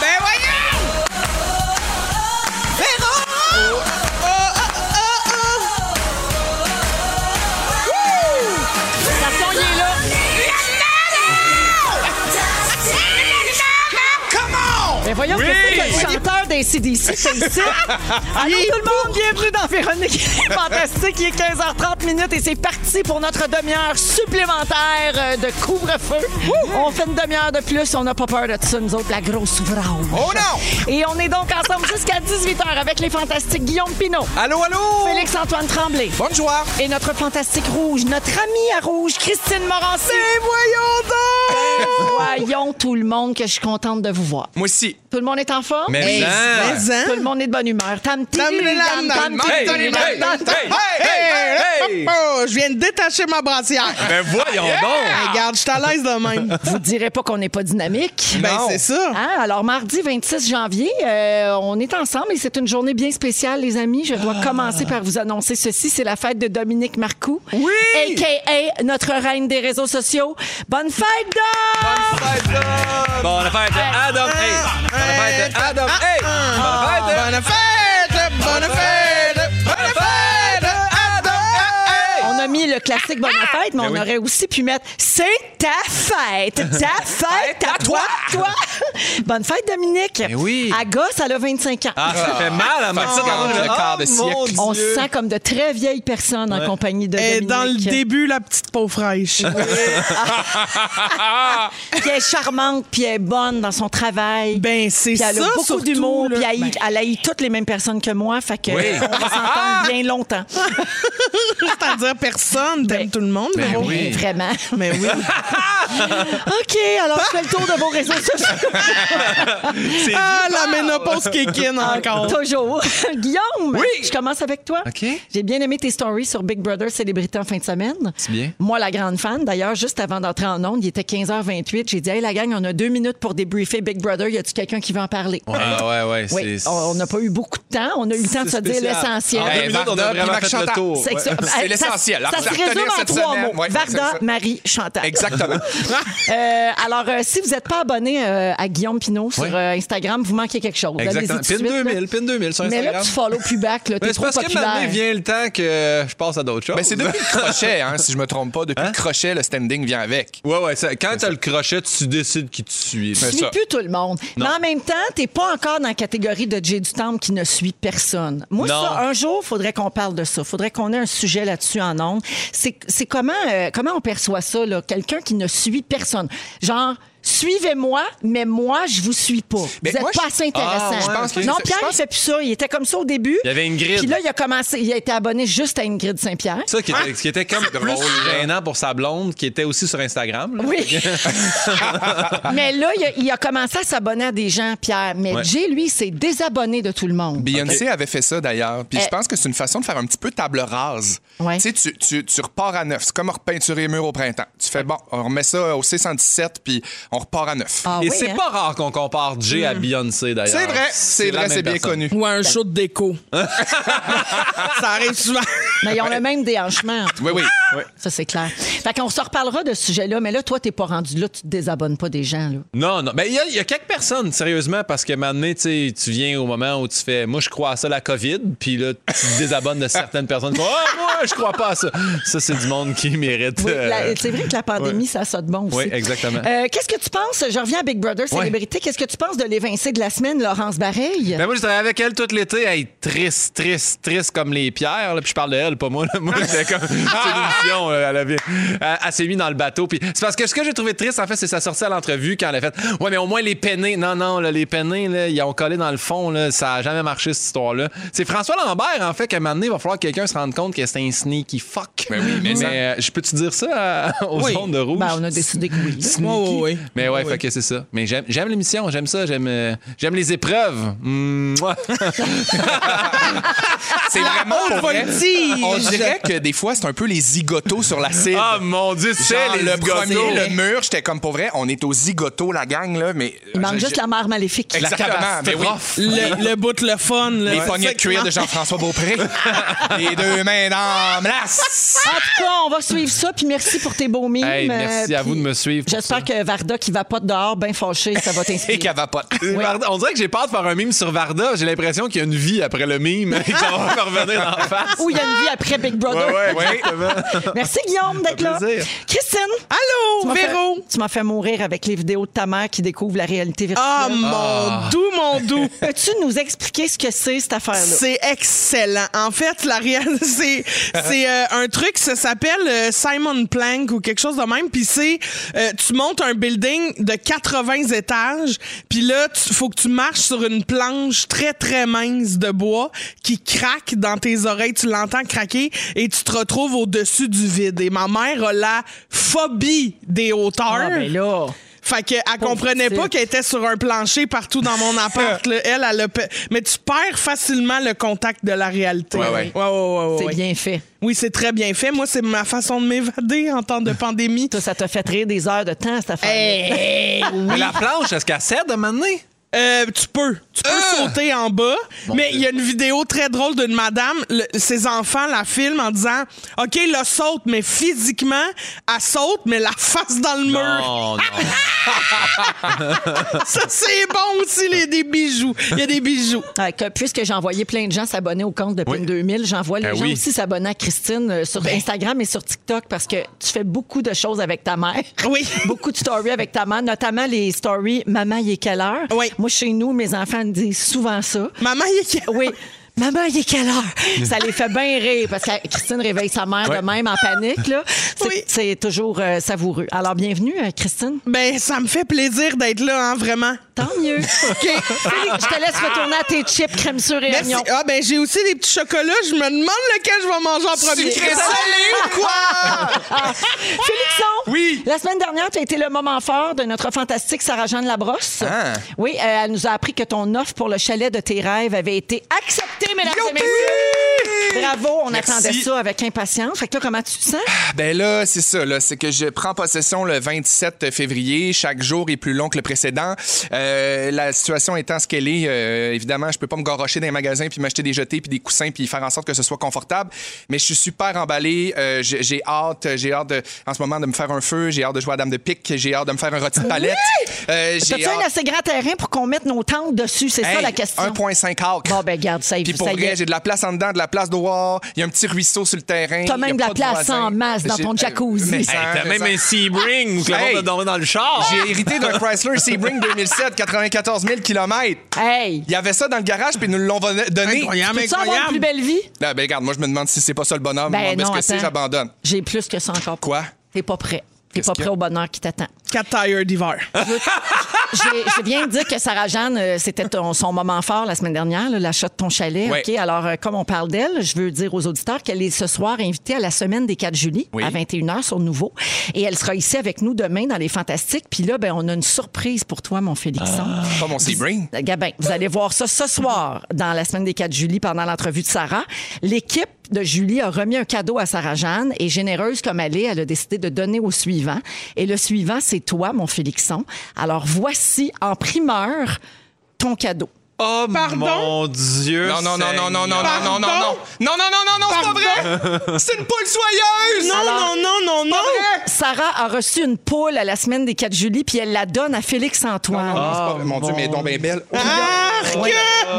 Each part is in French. Ben voyons! Véro! Oh, oh, oh, oh! Garçon, il est là. Come on! Mais voyons Oui. que c'est que le chanteur des CDC, c'est ici. Allô tout le monde, bienvenue dans Véronique elle est Fantastique. Il est 15h30 minutes et c'est parti pour notre demi-heure supplémentaire euh, de couvre-feu. On fait une demi-heure de plus, on n'a pas peur de ça, nous autres, la grosse ouvrage. Oh non! Et on est donc ensemble jusqu'à 18h avec les fantastiques Guillaume Pinot, Allô, allô! Félix-Antoine Tremblay Bonne joie! et notre fantastique rouge, notre amie à rouge, Christine Morancy. Et voyons donc! Voyons tout le monde que je suis contente de vous voir. Moi aussi. Tout le monde est en forme? Mais Hey, non. mais en. Tout le monde est de bonne humeur. Tam ti, Tam, tam, tam, tam, tam, ti, hey, tam, hey, tam, hey, tam, tam. hey. Hey, hey, hey. hop, oh, je viens de détacher ma brassière. Ben voyons donc. Regarde, je suis à l'aise de même. Vous direz pas qu'on n'est pas dynamique. ben, Non. c'est ça. Hein? Alors, mardi 26 janvier, euh, on est ensemble et c'est une journée bien spéciale, les amis. Je dois commencer par vous annoncer ceci. C'est la fête de Dominique Marcoux, Oui! a.k.a. notre reine des réseaux sociaux. Bonne fête, Dom! Bon, la fête de Adam. Hey. La fête de Adam. Hey. La fête de Bonne fête! Bonne fête! Bonne fête! Adam! Hey, hey. On a mis le classique Bonne fête, mais on oui. aurait aussi pu mettre C'est ta fête, ta fête à toi, toi. Bonne fête, Dominique. Mais oui. À gosse, elle a 25 ans. Ah, ça fait mal à Martine. Ah, le quart de mon siècle. Dieu. On se sent comme de très vieilles personnes en compagnie de Et Dominique. dans le début, la petite peau fraîche. Puis elle est charmante, puis elle est bonne dans son travail. ben, c'est puis ça, elle a beaucoup surtout, d'humour, là. puis elle, Ben, haït- elle haït toutes les mêmes personnes que moi, fait que Oui. on va s'entendre bien longtemps. C'est-à-dire personne, t'aimes Ben, tout le monde. Mais oui. Vraiment. Mais oui. OK, alors je fais le tour de vos réseaux sociaux. Ah, la ménopause kékine encore. Toujours. Guillaume, Oui. je commence avec toi. OK. J'ai bien aimé tes stories sur Big Brother Célébrité en fin de semaine. C'est bien. Moi, la grande fan, d'ailleurs, juste avant d'entrer en onde, il était 15h28. J'ai dit, hey, la gang, on a deux minutes pour débriefer Big Brother. Y a-tu quelqu'un qui veut en parler? Ah, ouais, ouais. Oui, c'est- on on n'a pas eu beaucoup de temps. On a eu le temps de se C'est dire spécial. l'essentiel. En deux Ben, minutes, on Varda, a vraiment puis Marc fait le Chantal. tour. C'est que ça- Ouais. ça- C'est l'essentiel. Ça, Alors, se c'est à retenir résume en cette trois semaine. mots. Ouais, c'est Varda, ça. Marie, Chantal. Exactement. Euh, alors, euh, si vous n'êtes pas abonné euh, à Guillaume Pinot sur Oui. euh, Instagram, vous manquez quelque chose. Exactement. Allez-y tout de Pin suite, là. 2000, pin 2000 sur Mais là, Instagram. tu follow plus back. là. Mais T'es c'est trop parce que maintenant populaire. vient le temps que je passe à d'autres choses. Ben, c'est depuis le crochet, hein, si je me trompe pas. Depuis Hein? le crochet, le standing vient avec. Ouais, ouais. ça- Quand t'as le crochet, tu décides qui tu suis. là. Tu suis ça. plus tout le monde. Mais en même temps, t'es pas encore dans la catégorie de Jay du Temple qui ne suit personne. Moi, Non. ça, un jour, faudrait qu'on parle de ça. Faudrait qu'on ait un sujet là-dessus en ondes. C'est c'est comment, euh, comment on perçoit ça, là? Quelqu'un qui ne suit personne. Genre, suivez-moi, mais moi, je vous suis pas. Mais vous êtes moi, pas je- assez intéressant. Ah, ouais, je pense que- non, je Pierre, pense- il fait plus ça. Il était comme ça au début. Il y avait Ingrid. Puis là, il a commencé, il a été abonné juste à Ingrid Saint-Pierre. Ça qui Hein? était, qui était comme plus gênant pour sa blonde, qui était aussi sur Instagram. là. Oui. mais là, il a, il a commencé à s'abonner à des gens, Pierre. Mais Ouais. Jay, lui, s'est désabonné de tout le monde. Beyoncé avait fait ça d'ailleurs. Puis Eh. je pense que c'est une façon de faire un petit peu table rase. Ouais. Tu sais, tu, tu- tu repars à neuf. C'est comme repeinturer les murs au printemps. Tu fais bon, on remet ça au 617, puis on repart à neuf. Ah Et oui, c'est hein? pas rare qu'on compare Jay à Beyoncé d'ailleurs. Mm. C'est vrai, c'est la vrai, même c'est bien personne. connu. Ou un show de déco. ça arrive souvent. Mais ils ont le même déhanchement. Oui, oui. Ça, c'est clair. Fait qu'on se reparlera de ce sujet-là, mais là, toi, t'es pas rendu là, tu te désabonnes pas des gens, là. Non, non. Mais il y, a- il y a quelques personnes, sérieusement, parce que maintenant, tu sais, tu viens au moment où tu fais Moi, je crois à ça, la COVID, puis là, tu te désabonnes de certaines personnes. qui font, Ah, moi, je crois pas à ça. Ça, c'est du monde qui mérite. Oui, euh, la- c'est vrai que la pandémie, ça saute bon aussi. Oui, exactement. Euh, Qu'est-ce que tu penses, je reviens à Big Brother Célébrité, qu'est-ce que tu penses de l'évincé de la semaine, Laurence Bareille? Ben moi, j'ai travaillé avec elle tout l'été. Elle est triste, triste, triste comme les pierres. Là. Puis je parle de elle, pas moi. là. Moi, j'étais comme. C'est une émission. là. Elle, avait- elle- elle s'est mise dans le bateau. Puis c'est parce que ce que j'ai trouvé triste, en fait, c'est sa sortie à l'entrevue quand elle a fait Ouais, mais au moins les peinés. Non, non, là, les peinés, là, ils ont collé dans le fond. Là. Ça a jamais marché, cette histoire-là. C'est François Lambert, en fait, qu'à un moment donné, il va falloir que quelqu'un se rende compte que c'est un sneaky fuck. Ben oui, mais ça. euh, je peux-tu dire ça à- aux Oui. ondes de rouge? Ben, on a décidé que oui. Sneaky. Ouais, ouais, ouais. Mais ouais, Ouais, fait que c'est ça. Mais j'aime, j'aime l'émission, j'aime ça, j'aime, euh, j'aime les Hmm. épreuves. Mouah. C'est vraiment On pour va vrai. le dire. On dirait que des fois, c'est un peu les zigotos sur la cible. Ah, mon Dieu, c'est Genre, les le zigotos. premier, le mur, j'étais comme pour vrai, on est aux zigotos, la gang, là, mais. Il manque je- juste je- la mère maléfique. Exactement, mais oui. Catastrophe. Le, le bout, le fun. là. Les poignées de cuir de Jean-François Beaupré. les deux mains dans la place. En tout cas, on va suivre ça, puis merci pour tes beaux mimes. Hey, merci euh, à vous puis de me suivre pour J'espère que Varda, qui va pas dehors, bien fâché, ça va Et t'inspirer. qu'elle va pas. Varda- On dirait que j'ai peur de faire un mime sur Varda. J'ai l'impression qu'il y a une vie après le mime et qu'on va faire revenir en face. Ou il y a une vie après Big Brother. Merci Guillaume d'être là. plaisir. Christine. tu Allô, m'as fait- Véro. tu m'as fait mourir avec les vidéos de ta mère qui découvre la réalité Ah, virtuelle. mon doux, mon doux. Peux-tu nous expliquer ce que c'est cette affaire-là? C'est excellent. En fait, la réalité, c'est c'est, euh, un truc, ça s'appelle euh, Simon Plank ou quelque chose de même. Puis c'est, euh, tu montes un building de 80 étages, puis là, tu faut que tu marches sur une planche très, très mince de bois qui craque dans tes oreilles. Tu l'entends craquer et tu te retrouves au-dessus du vide. Et ma mère a la phobie des hauteurs. Ah, ben là. Fait que elle comprenait petite. pas qu'elle était sur un plancher partout dans mon appart. là. Elle, elle a pe- Mais tu perds facilement le contact de la réalité. Ouais, ouais. ouais, ouais, ouais, C'est ouais. bien fait. Oui, c'est très bien fait. Moi, c'est ma façon de m'évader en temps de pandémie. Toi, ça t'a fait rire des heures de temps, cette affaire. Mais la planche, est-ce qu'elle cède à un moment donné? Euh, tu peux. Tu peux Euh! sauter en bas. mais il y a une vidéo très drôle d'une madame. le- ses enfants la filment en disant OK, là, saute, mais physiquement, elle saute, mais la face dans le mur. Non, non. Ça, c'est bon aussi, les, des bijoux. Il y a des bijoux. Ah, que- puisque j'ai envoyé plein de gens s'abonner au compte de Pin 2000, j'envoie les Ben gens oui. aussi s'abonner à Christine euh, Ben. sur Instagram et sur TikTok parce que tu fais beaucoup de choses avec ta mère. Oui. beaucoup de stories avec ta mère, notamment les stories Maman, il est quelle heure? Oui. Moi, chez nous, mes enfants me disent souvent ça. Maman, il y a Oui. Maman, il est quelle heure? Ça les fait bien rire parce que Christine réveille sa mère de même en panique. là. C'est Oui. c'est toujours euh, savoureux. Alors, bienvenue, euh, Christine. Ben, ça me fait plaisir d'être là, hein, vraiment. Tant mieux. Félix, Je te laisse retourner à tes chips, crème sur et Merci. oignons. Ah, ben, j'ai aussi des petits chocolats. Je me demande lequel je vais manger en premier. Sucré salé ou quoi? Félixon! Oui. La semaine dernière, tu as été le moment fort de notre fantastique Sarah-Jeanne Labrosse. Ah. Oui, euh, elle nous a appris que ton offre pour le chalet de tes rêves avait été acceptée, mesdames et Youpi! messieurs. Bravo, on Merci. attendait ça avec impatience. Fait que là, comment tu te sens? Ben là, c'est ça, là. C'est que je prends possession le 27 février. Chaque jour est plus long que le précédent. Euh, la situation étant ce qu'elle est, euh, évidemment, je peux pas me garrocher dans les magasins puis m'acheter des jetés puis des coussins puis faire en sorte que ce soit confortable. Mais je suis super emballé. Euh, j'ai j'ai hâte. J'ai hâte de, en ce moment de me faire un feu. J'ai hâte de jouer à Dame de Pique. J'ai hâte de me faire un rôti de palette. Euh, j'ai T'as-tu un hâte- assez grand terrain pour qu'on mette nos tentes dessus? C'est ça Hey, la question. 1,5 acre. Bon, ben, garde, ça, Puis pour ça y vrai, est. j'ai de la place en dedans, de la place dehors. Il y a un petit ruisseau sur le T'as terrain. Il y a même de la pas place voisin. en masse dans J'ai- ton euh, jacuzzi. mais Hey, ça, Hey, t'as mais même ça. un Sebring où tout le monde Hey. a dormi dans le char. J'ai hérité d'un Chrysler Sebring 2007, 94 000 km. Hey! Il y avait ça dans le garage, puis ils nous l'ont vo- donné. Incroyable, Peux-tu avoir une plus incroyable. belle vie? Là, ben regarde, moi, je me demande si c'est pas ça le bonhomme. Ben je me demande non, ce que c'est, attends. j'abandonne. J'ai plus que ça encore. Quoi? T'es pas prêt. T'es Qu'est-ce pas qu'il y prêt a? au bonheur qui t'attend. Cat tire d'hiver. Ah, J'ai- Je viens de dire que Sarah-Jeanne, euh, c'était ton- son moment fort la semaine dernière, là, l'achat de ton chalet. Ouais. OK? Alors, euh, comme on parle d'elle, je veux dire aux auditeurs qu'elle est ce soir invitée à la semaine des 4 juillet Oui. à 21h sur Nouveau. Et elle sera ici avec nous demain dans Les Fantastiques. Puis là, ben, on a une surprise pour toi, mon Félixon. Pas mon Sebring. Euh, Gabin, vous allez voir ça ce soir dans la semaine des 4 Julie pendant l'entrevue de Sarah. L'équipe de Julie a remis un cadeau à Sarah-Jeanne et généreuse comme elle est, elle a décidé de donner au suivant. Et le suivant, c'est toi, mon Félixon. Alors voici en primeur ton cadeau. Oh Pardon? mon Dieu. Non, non, non, non, non, non, non, Pardon? non, non, non, non, non, non, non, non, c'est pas vrai! C'est une poule soyeuse! Non, Alors- non, non, non, non. Sarah a reçu une poule à la semaine des 4 Julie puis elle la donne à Félix-Antoine. Non, Ah, c'est pas vrai. Mon Dieu, mais elle est donc bien belle. Arc!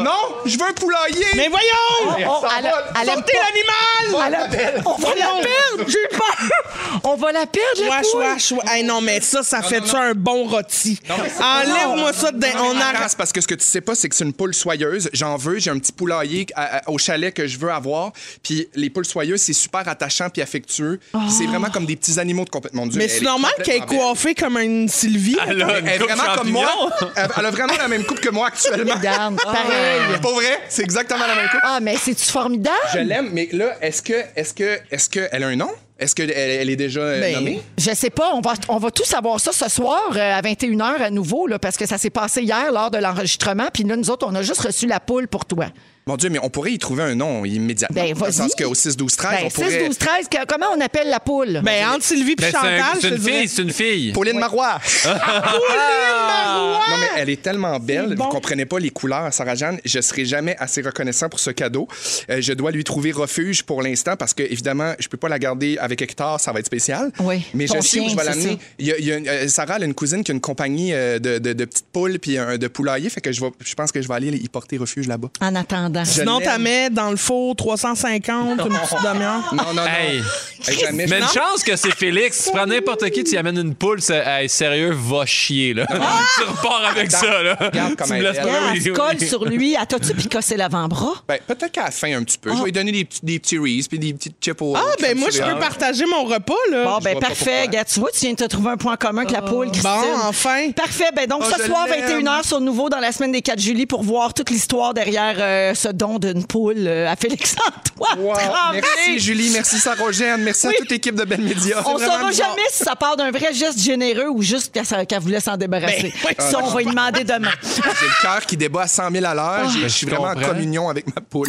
Non, je veux un poulailler! Mais voyons! Oh, elle a- elle aime Sortez pas- l'animal! Elle a- On va la perdre! J'ai eu peur! On va la perdre, la Wesh, poule! wesh, wesh. Hey, non, mais ça, ça fait-tu un bon rôti? Enlève-moi ça dedans. On On arrache. arrasse parce que ce que tu sais pas, c'est que c'est une poule soyeuse. J'en veux, j'ai un petit poulailler à- à- au chalet que je veux avoir. Puis les poules soyeuses, c'est super attachant puis affectueux. Puis C'est vraiment comme des petits animaux de complète. Mon Dieu, Mais elle c'est est normal qu'elle est complètement belle. coiffée comme une Sylvie. Elle a Elle est une coupe vraiment comme moi. champignon. Elle elle a vraiment la même coupe que moi actuellement. Regarde, Ah. pareil. Pas vrai? C'est exactement la même coupe. Ah, mais c'est-tu formidable? Je l'aime, mais là, est-ce que, est-ce que, est-ce que, elle a un nom? Est-ce qu'elle elle est déjà euh, Ben, nommée? Je sais pas, on va, on va tous savoir ça ce soir euh, à 21h à nouveau, là, parce que ça s'est passé hier lors de l'enregistrement. Puis là, nous autres, on a juste reçu la poule pour toi. Mon Dieu, mais on pourrait y trouver un nom immédiatement. Ben, Dans vas-y. le sens qu'au 6-12-13, Ben, on pourrait. 6, 12, 13, que- comment on appelle la poule? Ben, entre Sylvie et Ben, c'est un- Chantal, c'est je te une dirais. fille, c'est une fille. Pauline Marois! Ah! Marois! Non, mais elle est tellement belle. bon. Vous comprenez pas les couleurs, Sarah-Jeanne. Je serai jamais assez reconnaissant pour ce cadeau. Euh, je dois lui trouver refuge pour l'instant parce que, évidemment, je peux pas la garder avec Hector. Ça va être spécial. Oui, Mais ton je sais où chien, je vais c'est l'amener. ça. Il y a- il y a une- euh, Sarah, elle a une cousine qui a une compagnie euh, de, de- de petites poules puis euh, de poulailler. Fait que je, vais- je pense que je vais aller y porter refuge là-bas. En attendant. Je Sinon, l'aime. t'as mets dans le four 350, une petite demi-heure. Non, non, non. Hey. Hey, jamais, je- Mais une Non. chance que c'est Félix. Tu prends n'importe qui, tu y amènes une poule, c'est hey, sérieux, va chier, là. tu repars avec Attends, ça, là. regarde tu comme me elle laisses est pas- belle. Ah, oui, elle se oui. colle sur lui. Ah, T'as-tu picossé l'avant-bras? Ben, peut-être qu'à la fin, un petit peu. Je vais lui donner des, petits- des petits Reese puis des petites chips au. Ah, ben moi, je peux partager mon repas, là. Bon, Je ben vois pas parfait. pourquoi. Gars, tu vois, tu viens de te trouver un point commun avec la poule, Christine. Bon, enfin. Parfait. Ben donc, Euh, Oh, ce je soir, l'aime. 21h sur Nouveau, dans la semaine des 4 juillet, pour voir toute l'histoire derrière euh, ce don d'une poule euh, à Félix-Antoine Wow. Tremblay. Merci Julie, merci Sarogène, merci Oui. à toute l'équipe de Belle Média. On C'est vraiment saura bizarre. jamais si ça part d'un vrai geste généreux ou juste qu'elle s'en- qu'elle voulait s'en débarrasser. Ben, ça, on va y demander demain. J'ai le cœur qui débat à 100 000 à l'heure. J'ai- je suis je vraiment en comprends. communion avec ma poule.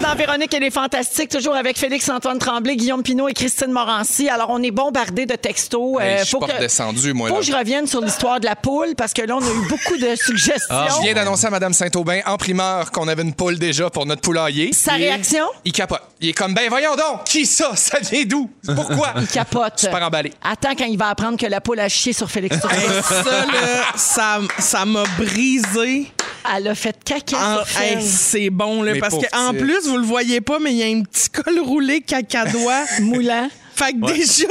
Dans Véronique, elle est fantastique, toujours avec Félix-Antoine Tremblay, Guillaume Pinot et Christine Morancy. Alors, on est bombardé de textos. euh, Hey, je suis faut pas que- redescendu, moi, Faut là. que je revienne sur l'histoire de la poule, parce que là, on a eu beaucoup de suggestions. Ah, Je viens d'annoncer à Mme Saint-Aubin en primeur qu'on avait une poule déjà pour notre poulailler. Sa Puis, réaction? Il capote. Il est comme, ben voyons donc, qui ça? Ça vient d'où? Pourquoi? Il capote. Super emballé. Attends quand il va apprendre que la poule a chié sur Félix Turcotte. Ben, Ça, là, ça, ça m'a brisé. Elle a fait caca En- sur Félix. Hey, c'est bon, là, Mais parce pauvre qu'en petit. plus, vous le voyez pas, mais il y a un petit col roulé cacadois. Moulant. fait que déjà,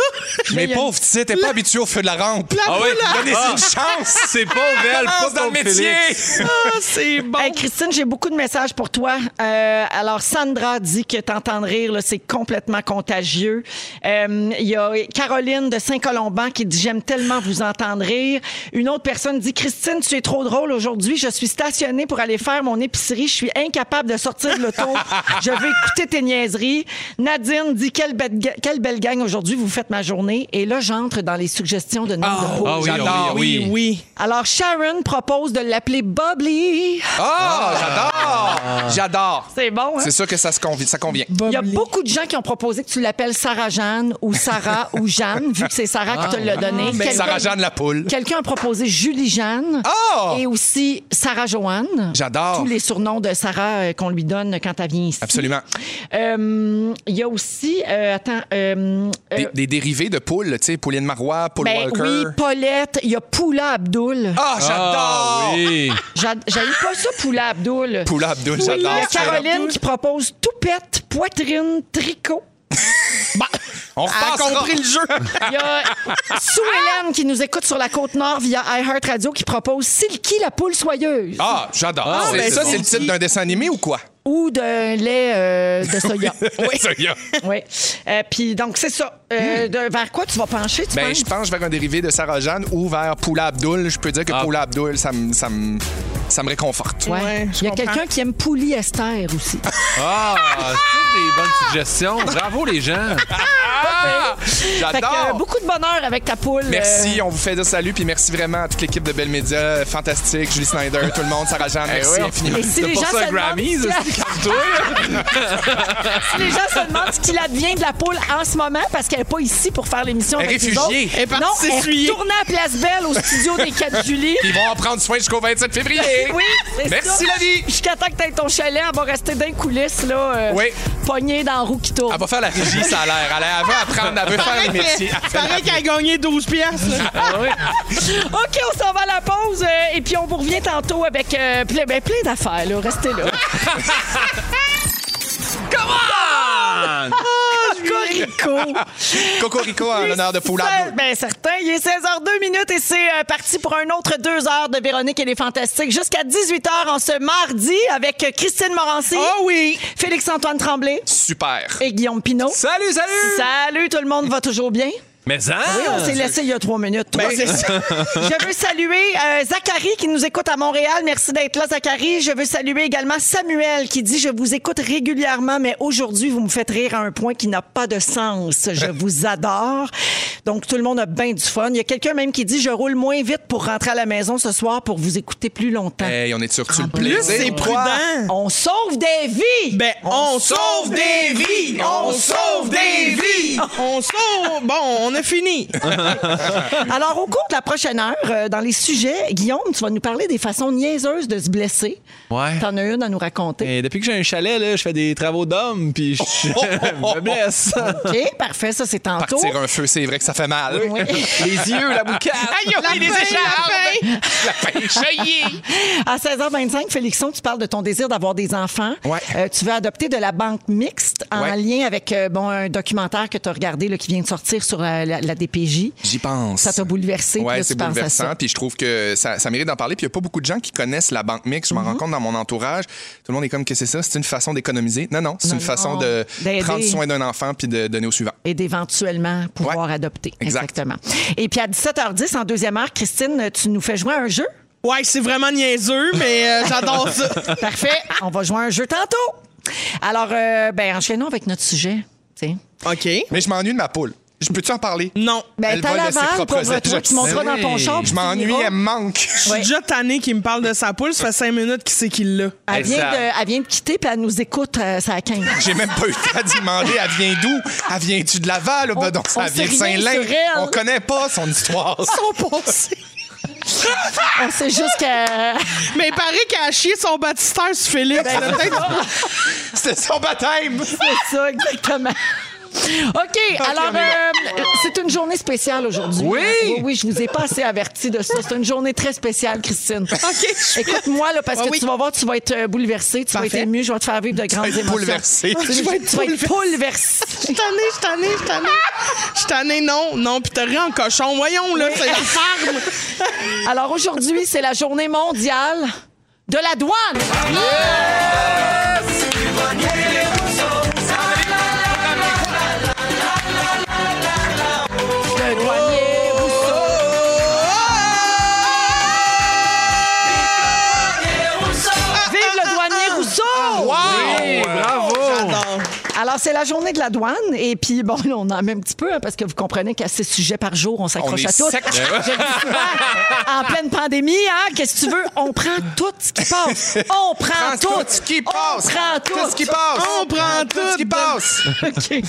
Mais il y a- pauvre petit, t'es pas habitué au feu de la rampe. la Ah oui, poule, elle- donnez-y Ah. une chance. C'est pas elle, pas Commence dans le contre métier. Félix. Ah, c'est bon. Hey, Christine, j'ai beaucoup de messages pour toi. Euh, alors, Sandra dit que t'entendre rire, là, c'est complètement contagieux. Euh, Il y a Caroline de Saint-Colomban qui dit J'aime tellement vous entendre rire. Une autre personne dit Christine, tu es trop drôle aujourd'hui. Je suis stationnée pour aller faire mon épicerie. Je suis incapable de sortir de l'auto. Je vais écouter tes niaiseries. Nadine dit Quelle belle, ga- quelle belle gang aujourd'hui, vous faites ma journée. Et là, j'entre dans les suggestions de nom de Ah pauvre. oui, ah J'adore, oui, ah oui. Oui. Alors, Sharon propose de l'appeler Bubbly. Ah, j'adore! J'adore. C'est bon, hein? C'est sûr que ça, se convie- ça convient. Il y a Bob Lee. beaucoup de gens qui ont proposé que tu l'appelles Sarah-Jeanne ou Sarah ou Jeanne, vu que c'est Sarah qui te Ah. l'a donné. Quelqu'un- Sarah-Jeanne la poule. Quelqu'un a proposé Julie-Jeanne Ah! et aussi Sarah-Joanne. J'adore. Tous les surnoms de Sarah euh, qu'on lui donne quand elle vient ici. Absolument. Euh, Il y a aussi, euh, attends, euh, euh, Des, des dérivés de poule, tu sais, Pauline Marois, Paul ben Walker. oui, Paulette, il y a Poula Abdoul. Ah, j'adore! Ah oui. J'a- J'aime pas ça, Poula Abdoul. Poula Abdul, Il y j'adore. a Caroline qui propose toupette, poitrine, tricot. On Elle a repassera. compris le jeu. Il y a Sue Hélène qui nous écoute sur la côte nord via iHeart Radio qui propose Silky la poule soyeuse Ah, j'adore. C'est- ben, ça, c'est bon. c'est le titre d'un dessin animé ou quoi? ou de lait euh, de soya. Oui. oui. Euh, Puis donc c'est ça. Euh, de- vers quoi tu vas pencher tu Ben, penses? je penche vers un dérivé de Sarah-Jeanne ou vers Poula Abdul. Je peux dire que Poula Abdul, ça me, ça me, ça me réconforte. Ouais. Ouais, je Il y a comprends. quelqu'un qui aime Pouli Esther aussi. Ah, toutes des bonnes suggestions. Bravo, les gens. Fait que, euh, J'adore. beaucoup de bonheur avec ta poule. Oh! Merci, euh, on vous fait dire salut, puis merci vraiment à toute l'équipe de Belle Média, fantastique, Julie Snyder, tout le monde, Sarah-Jeanne, merci ouais, on- infiniment. euh, et si C'est les, gens pour ça se demandent Grammys, ce c'est qu'il- si les gens se demandent ce qu'il advient de la poule en ce moment, parce qu'elle n'est pas ici pour faire l'émission Elle est avec nous réfugiée. autres. Elle est partie non, elle est s'essuyer. retournée à Place Belle au studio des 4 Julie. Ils vont en prendre soin jusqu'au 27 février. Oui, c'est ça. Merci, la vie. Jusqu'à temps que t'aies ton chalet, elle va rester dans les coulisses, là. euh, Oui. Pognée dans la roue qui tourne. Elle va faire la régie, ça a l'air. Elle, elle veut apprendre, elle veut faire le métier. Pareil qu'elle a gagné 12 piastres. là. OK, on s'en va à la pause euh, et puis on vous revient tantôt avec euh, plein, ben, plein d'affaires, là. Restez là. Corico. Cocorico en l'honneur de Poula Abdul. Bien Ben, certain. Il est 16h02 minutes et c'est euh, parti pour un autre deux heures de Véronique et les Fantastiques jusqu'à 18h en ce mardi avec Christine Morancy, Oh oui. Félix-Antoine Tremblay Super. et Guillaume Pinot. Salut, salut. Salut tout le monde, va toujours bien? Mais hein? Oui, on s'est laissé il y a trois minutes. toi. Ah, Ben, c'est ça. Je veux saluer euh, Zachary qui nous écoute à Montréal. Merci d'être là, Zachary. Je veux saluer également Samuel qui dit Je vous écoute régulièrement, mais aujourd'hui, vous me faites rire à un point qui n'a pas de sens. Je vous adore. Donc, tout le monde a bien du fun. Il y a quelqu'un même qui dit Je roule moins vite pour rentrer à la maison ce soir pour vous écouter plus longtemps. Hey, on est sur Ah, tu le Plus plaisir. c'est prudent. On sauve des vies! Ben, on, sauve des vies! On sauve des vies! On sauve! Bon, on a fini. Alors, au cours de la prochaine heure, euh, dans les sujets, Guillaume, tu vas nous parler des façons niaiseuses de se blesser. Ouais. T'en as une à nous raconter. Et depuis que j'ai un chalet, là, je fais des travaux d'homme, puis je je me blesse. OK, parfait, ça c'est tantôt. Partir un feu, c'est vrai que ça fait mal. Oui. Les yeux, la boucane. La les À 16h25, Félixon, tu parles de ton désir d'avoir des enfants. Ouais. Euh, tu veux adopter de la banque mixte en Ouais. lien avec euh, bon, un documentaire que tu as regardé là, qui vient de sortir sur euh, la, la DPJ. J'y pense. Ça t'a bouleversé, puis là, Ouais, tu c'est penses à ça. bouleversant. Puis je trouve que ça, ça mérite d'en parler. Puis il n'y a pas beaucoup de gens qui connaissent la banque mixte. Mhm. Je m'en rends compte dans mon entourage. Tout le monde est comme que c'est ça. C'est une façon d'économiser. Non, non, c'est Non, une façon non, de d'aider. prendre soin d'un enfant puis de donner au suivant. et d'éventuellement pouvoir Ouais. adopter. Exact. Exactement. Et puis à 17h10, en deuxième heure, Christine, tu nous fais jouer à un jeu. Ouais, c'est vraiment niaiseux, mais euh, j'adore ça. Parfait. On va jouer à un jeu tantôt. Alors, euh, ben, enchaînons avec notre sujet. tiens. OK. Mais je m'ennuie de ma poule. Je peux-tu en parler? Non. Ben, Elle t'as vole de ses l'aval propres pour toi, ailes, je tu le monteras dans sais. ton char. puis Je tu m'ennuie, iras. elle me manque. Je Oh. Ouais. suis déjà tanné qu'il me parle de sa poule. Ça fait cinq minutes qu'il sait qu'il l'a. Elle vient, ça- de, elle vient de quitter, puis elle nous écoute, euh, ça à 15. J'ai même pas eu le temps d'y demander. Elle vient d'où? Elle vient-tu de Laval? On- Ben, donc, on ça sait vient de rien Saint-Lin. sur elle. On connaît pas son histoire. Son passé. On sait juste que... Mais il paraît qu'elle a chié son baptisteur sur Félix. Ben, là. C'était son baptême. C'est ça, exactement. OK, alors, euh, c'est une journée spéciale aujourd'hui. Oui. oui! Oui, je vous ai pas assez averti de ça. C'est une journée très spéciale, Christine. OK. je- Écoute-moi, là, parce Ah que oui. tu vas voir, tu vas être euh, bouleversée, tu vas Parfait. être émue, je vais te faire vivre de grandes être émotions. bouleversée. Tu, Je vais être tu vas être Je bouleversée. suis tannée, je suis tannée, je suis tannée. Je suis tannée, non, non, puis t'as rien en cochon. Voyons, là, c'est ferme. Alors aujourd'hui, c'est la journée mondiale de la douane. Le douanier Rousseau. Vive le douanier Rousseau! Hey, bravo! Alors, c'est la journée de la douane. Et puis, bon, là, on en met un petit peu, hein, parce que vous comprenez qu'à six sujets par jour, on s'accroche On est à tout. sec. Je le dis souvent, en pleine pandémie, hein, qu'est-ce que tu veux? On prend tout ce qui passe. On prend Prends tout. tout ce qui passe. On prend tout. Tout ce qui passe. On prend Tout ce qui tout. passe. OK.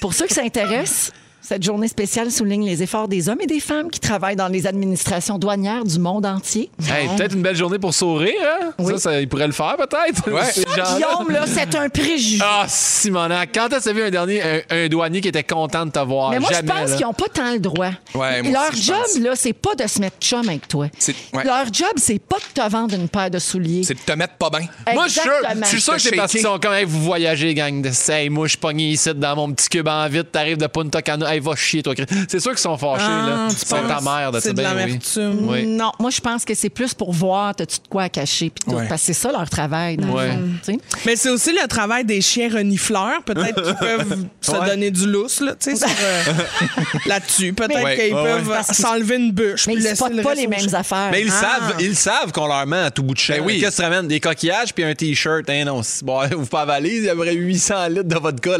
Pour ceux qui s'intéressent, cette journée spéciale souligne les efforts des hommes et des femmes qui travaillent dans les administrations douanières du monde entier. Hey, peut-être une belle journée pour sourire, hein? Ça, ça, il pourrait le faire, peut-être. Ouais. Ces gens-là. Guillaume, là, c'est un préjugé. Ah, Simonac, quand t'as vu un dernier, un, un douanier qui était content de te voir? Mais moi, Jamais, je pense là. qu'ils n'ont pas tant le droit. Ah, Ouais, moi Leur aussi, je job, pense. là, c'est pas de se mettre chum avec toi. C'est- ouais. Leur job, c'est pas de te vendre une paire de souliers. C'est de te mettre pas bien. Moi, je suis sûr- Exactement. je suis sûr que c'est parce qu'ils sont comme, hey, vous voyagez, gang de hey, moi, je suis pogné ici dans mon petit cube en vide, t'arrives de Punta Cana, hey, va chier, toi. Chris. C'est sûr qu'ils sont fâchés, là. Ah, tu Ils sont penses? ta mère de C'est de ben oui. l'amertume. Oui. Non, moi, je pense que c'est plus pour voir, t'as-tu de quoi à cacher, puis tout. Ouais. Parce que c'est ça leur travail, dans le Ouais. fond, tu sais. Mais c'est aussi le travail des chiens renifleurs. Peut-être qu'ils peuvent se donner du lousse, là, tu sais, sur, euh, là-dessus. Peut-être Ouais. qu'ils Ouais, peuvent Parce que- s'enlever une bûche. Mais puis ils laisser spottent le pas reste les au mêmes chien. affaires. Mais ils Ah. savent, ils savent qu'on leur ment à tout bout de champ. Ben oui. Qu'est-ce que tu ramènes? Des coquillages puis un T-shirt, hein, non. c'est- Bon, vous pas valise, il y aurait 800 litres de vodka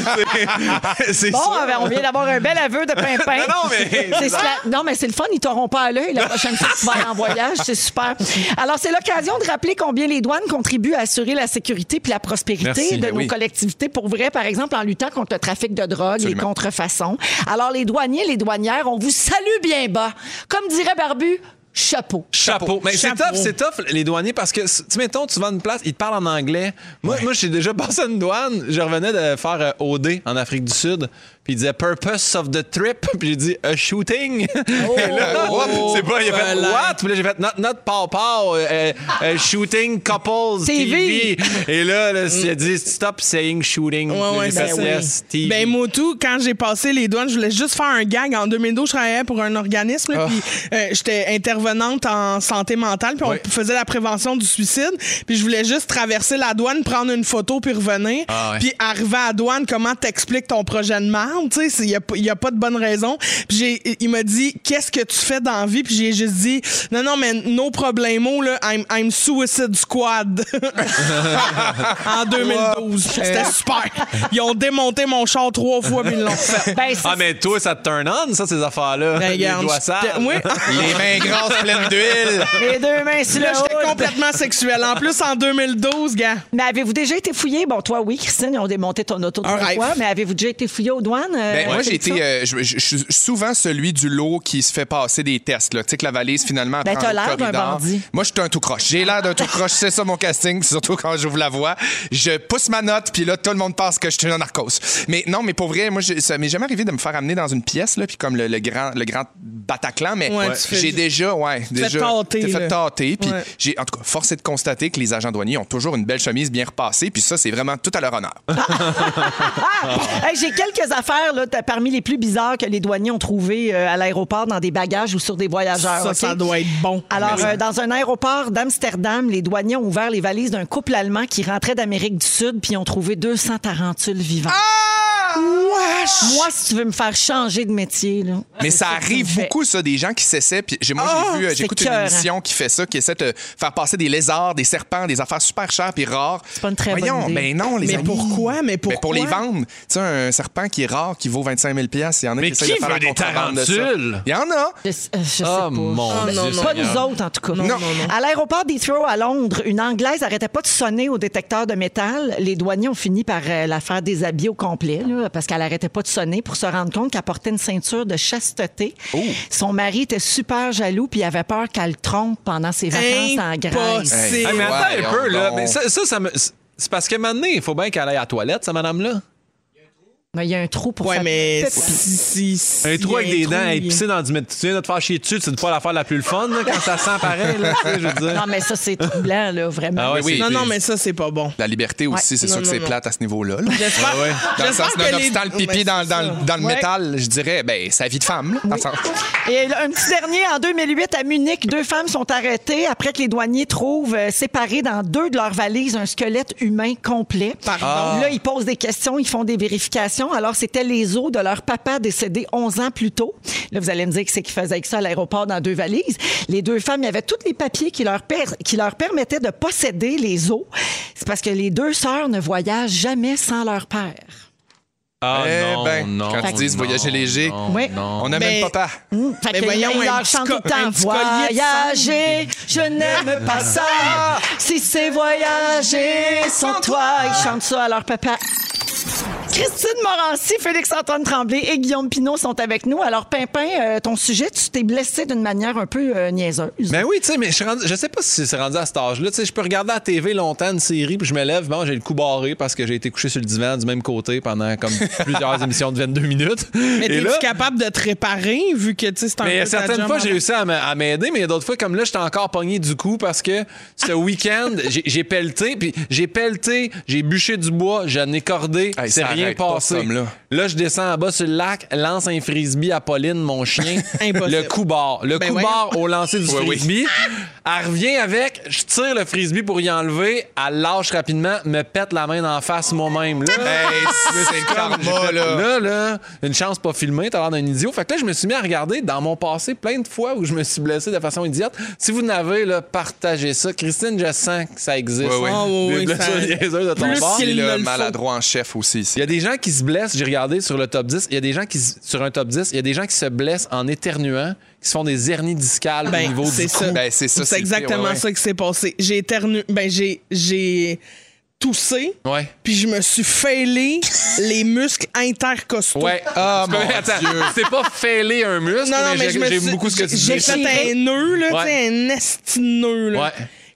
là-dedans. C'est- c'est Bon, sûr. ben, on vient d'avoir un bel aveu de pimpin. Non, non, mais- C'est cela- Non, mais c'est le fun, ils t'auront pas à l'œil la prochaine fois que tu vas aller en voyage, c'est super. Alors, c'est l'occasion de rappeler combien les douanes contribuent à assurer la sécurité puis la prospérité Merci, de ben nos oui. collectivités pour vrai, par exemple, en luttant contre le trafic de drogue, les Absolument. contrefaçons. Alors, les douaniers, les douanières, on vous salue bien bas. Comme dirait Barbu, chapeau. Chapeau. Mais c'est Chapeau. tough, c'est tough, les douaniers, parce que, tu mettons, tu vas à une place, ils te parlent en anglais. Moi, moi j'ai déjà passé une douane, je revenais de faire euh, OD en Afrique du Sud, puis ils disaient Purpose of the trip, puis j'ai dit A shooting. Et là, Oh! hop, c'est pas, il a fait voilà. What? Puis là, j'ai fait Not, not pow pow, euh, euh, shooting couples TV. TV. Et là, là il a dit Stop saying shooting. Puis Mm. Ouais, là, ouais, j'ai fait ben oui. Yes, TV. Ben, Motu, quand j'ai passé les douanes, je voulais juste faire un gag. En 2012, je travaillais pour un organisme, là, puis euh, j'étais intervenante en santé mentale, puis on faisait la prévention du suicide. Puis je voulais juste traverser la douane, prendre une photo, puis revenir. Ah ouais. Puis arriver à la douane, comment t'expliques ton projet de marde? merde, tu sais, il y a, pas- y a pas de bonne raison. Puis j'ai- il m'a dit qu'est-ce que tu fais dans la vie Puis j'ai juste dit non non mais no problemo là, I'm, I'm suicide squad. en 2012, c'était Eh. super. Ils ont démonté mon char trois fois mais ils l'ont fait. Ben, c'est- Ah, mais toi, ça te turn on, ça, ces affaires-là. Ben, Les regarde, doigts j'étais- sales. oui. Les mains grasses pleines d'huile. les deux mains sur Là, le j'étais hood. complètement sexuel. En plus, en 2012, gars. Mais avez-vous déjà été fouillé? Bon, toi, oui, Christine, ils ont démonté ton auto Un trois rêve. fois, mais avez-vous déjà été fouillé aux douanes? euh, Ben, moi, Félixon? j'ai été. euh, je, je- je suis souvent celui du lot qui se fait passer des tests. là. Tu sais que la valise, finalement, Ben, prend t'as le l'air d'un corridor. bandit. Moi, je suis un tout croche. J'ai l'air d'un tout croche. C'est ça mon casting, surtout quand j'ouvre la voie. Je pousse ma note, puis là, tout le monde pense que je suis un narcos. Mais non, mais pour vrai, moi, je- ça m'est jamais arrivé de me faire amener dans une pièce, là, puis comme le, le grand, le grand Bataclan, mais Ouais, tu fais- j'ai déjà. Ouais, déjà. tâter, t'es là. fait tâter. Puis Ouais. j'ai, en tout cas, forcé de constater que les agents douaniers ont toujours une belle chemise bien repassée, puis ça, c'est vraiment tout à leur honneur. Ah! Hey, j'ai quelques affaires là, t'as- parmi les plus bizarres que les douaniers ont trouvées euh, à l'aéroport dans des bagages ou sur des voyageurs. Ça, OK? ça doit être bon. Alors, euh, dans un aéroport d'Amsterdam, les douaniers ont ouvert les valises d'un couple allemand qui rentrait d'Amérique du Sud puis ils ont trouvé 200 tarentules vivantes. Ah! Moi, si tu veux me faire changer de métier, là. Mais c'est ça que tu me arrive fais. beaucoup, ça, des gens qui s'essaient. Puis j'ai, moi, j'ai vu, euh, c'est j'écoute une écœurant. émission qui fait ça, qui essaie de faire passer des lézards, des serpents, des affaires super chères puis rares. C'est pas une très bonne Voyons, idée. ben non, les Mais amis. pourquoi? Mais Ben, pour les pourquoi? vendre. Tu sais, un serpent qui est rare, qui vaut 25 000 il y en a Mais qui essaient qui de faire la veut des contrebande de ça. tarentules? Il y en a. Je, sais- euh, je sais Ah, pas. mon Ben, Dieu, Pas Seigneur. nous autres, en tout cas. Non, non, À l'aéroport d'Heathrow à Londres, une Anglaise arrêtait pas de sonner au détecteur de métal. Les douaniers ont fini par euh, la faire déshabiller au complet là, parce qu'elle arrêtait pas de sonner pour se rendre compte qu'elle portait une ceinture de chasteté. Son mari était super jaloux puis il avait peur qu'elle le trompe pendant ses vacances en Grèce. Hey, Impossible. Hey, Ah, mais attends Voyons un peu, là. donc. Mais ça, ça, ça me- C'est parce que maintenant, il faut bien qu'elle aille à la toilette, cette madame-là. Mais il y a un trou pour Ouais, sa mais petite- si, si, si. Un trou il avec y a des un dents, trou, et il- pisser dans du. Mais tu viens de te faire chier dessus, c'est pas l'affaire la plus le fun, là, quand ça sent pareil, là. tu sais, je veux dire. Non, mais ça, c'est troublant, là, vraiment. Ah ouais, oui. c'est- Non, non, mais ça, c'est pas bon. La liberté aussi, Ouais. c'est Non, sûr que non, c'est non. plate à ce niveau-là. là. J'espère. Dans le j'espère sens, que les- nonobstant le pipi Ouais, dans, c'est dans- ça. dans le Ouais. métal, je dirais, ben, sa vie de femme, là, dans le sens- Et là, un petit dernier, en 2008, à Munich, deux femmes sont arrêtées après que les douaniers trouvent euh, séparés dans deux de leurs valises un squelette humain complet. Ah. Pardon. Là, ils posent des questions, ils font des vérifications. Alors, c'était les os de leur papa décédé 11 ans plus tôt. Là, vous allez me dire que c'est qu'ils faisaient avec ça à l'aéroport dans deux valises. Les deux femmes, il y avait tous les papiers qui leur, per- qui leur permettaient de posséder les os. C'est parce que les deux sœurs ne voyagent jamais sans leur père. Ah, Eh non, ben, non, quand ils disent non, voyager léger, non, Ouais. Oh non. on a Mais- même papa. Mm, Fait Mais que voyons, il un leur petit chante co- tout le temps un petit collier de Voyager, je n'aime pas ça. Si c'est voyager sans toi, ils chantent ça à leur papa. Christine Morancy, Félix-Antoine Tremblay et Guillaume Pinot sont avec nous. Alors, Pimpin, euh, ton sujet, tu t'es blessé d'une manière un peu euh, niaiseuse. Ben oui, tu sais, mais je, suis rendu- je sais pas si c'est rendu à cet âge-là. Tu sais, je peux regarder à la TV longtemps une série, puis je me lève, bon, j'ai le coup barré parce que j'ai été couché sur le divan du même côté pendant comme plusieurs émissions de 22 minutes. Mais Et t'es-tu là- capable de te réparer vu que tu sais, c'est un Mais il y a peu ta certaines job fois, j'ai avant- réussi à m'a- à m'aider, mais il y a d'autres fois, comme là, j'étais encore pogné du coup parce que ce week-end, j'ai- j'ai pelleté, puis j'ai pelleté, j'ai bûché du bois, j'en ai cordé, Hey, c'est ça rien arrête pas, passé. cet homme-là. Là, je descends en bas sur le lac, lance un frisbee à Pauline, mon chien. Impossible. le coup barre. Le Ben coup voyons. barre au lancer du Oui, oui. frisbee. Elle revient avec, je tire le frisbee pour y enlever, elle lâche rapidement, me pète la main en face moi-même. Là, Hey, c'est le karma, là. Là, là, une chance pas filmée, t'as l'air d'un idiot. Fait que là, je me suis mis à regarder dans mon passé plein de fois où je me suis blessé de façon idiote. Si vous n'avez, là, partagez ça. Christine, je sens que ça existe. Ouais, ouais. Ah, oui, Des oui, blessures ça- niaiseuses de ton Plus bord. qu'il Il est ne là, le faut. maladroit en chef aussi. ici. Il y a des gens qui se blessent, j'ai regardé sur le top 10, il y a des gens qui, se- sur un top 10, il y a des gens qui se blessent en éternuant, qui se font des hernies discales Ben, au niveau c'est du cou. ça. Ben, c'est ça, c'est C'est le pire, exactement ouais, ouais. ça qui s'est passé. J'ai éternu. Ben, j'ai, j'ai toussé. Ouais. Puis je me suis fêlé les muscles intercostaux. Ouais. Ah, mon Dieu. C'est pas fêler un muscle, Non, non, mais, mais je me j'ai- suis- j'aime beaucoup ce que tu J'ai dis. fait un nœud, là, Ouais. tu sais, un esti nœud, là. Ouais.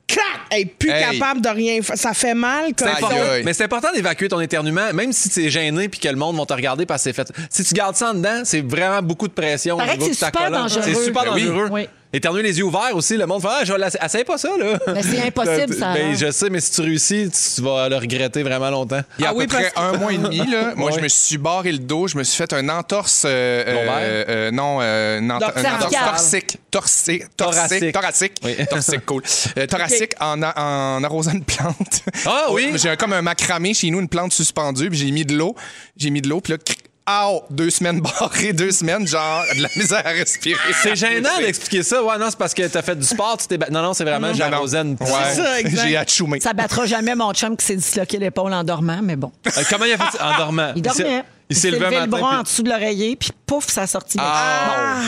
Clac! Et plus Hey. capable de rien faire. Ça fait mal comme Aïe, ça. aïe. Mais c'est important d'évacuer ton éternuement, même si t'es gêné puis que le monde va te regarder parce que c'est fait. Si tu gardes ça en dedans, c'est vraiment beaucoup de pression. au Paraît que niveau c'est de ta super colonne. dangereux. C'est super Ben oui. dangereux. Oui. Éternuer les yeux ouverts aussi, le monde fait Ah, je vais l'essa- essaye pas ça, là. Mais Ben, c'est impossible, ça, hein. Ben, alors. je sais, mais si tu réussis, tu vas le regretter vraiment longtemps. Il y Ah a à oui, peu près un mois et demi, là, moi, Ouais. je me suis barré le dos, je me suis fait un entorse. euh, euh, Lombaire? euh, non, euh, une entor- Dorsale. une entorse torsique. Torsique. Torsique. Thoracique. Thoracique. Oui. Torsique, cool. Euh, thoracique en, a- en arrosant une plante. Ah oui? J'ai un- comme un macramé chez nous, une plante suspendue, puis j'ai mis de l'eau. J'ai mis de l'eau, puis là, cric, out, deux semaines barrées, deux semaines, genre, de la misère à respirer. C'est gênant d'expliquer ça. Ouais, non, c'est parce que t'as fait du sport, tu t'es ba- Non, non, c'est vraiment j'ai la non. Rosen. Ouais. ça, exact. J'ai achoumé. Ça battra jamais mon chum qui s'est disloqué l'épaule en dormant, mais bon. Euh, comment il a fait ça? En dormant. Il dormait. s'est- Il s'est levé un le bras en matin. puis- Ah! dessous de l'oreiller, puis pouf, ça a sorti. Bon,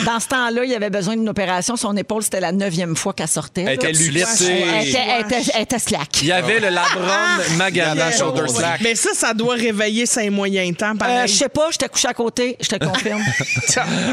dans ce temps-là, il avait besoin d'une opération. Son épaule, c'était la neuvième fois qu'elle sortait. Elle était Là. luxée. Elle était, elle était- elle était slack. Il y avait le Ah, labrum magadan Labrum shoulder shoulder slack. Ah, slack. Mais ça, ça doit réveiller ses moyens temps. Euh, pareil. je sais pas, j'étais couché à côté, je te confirme.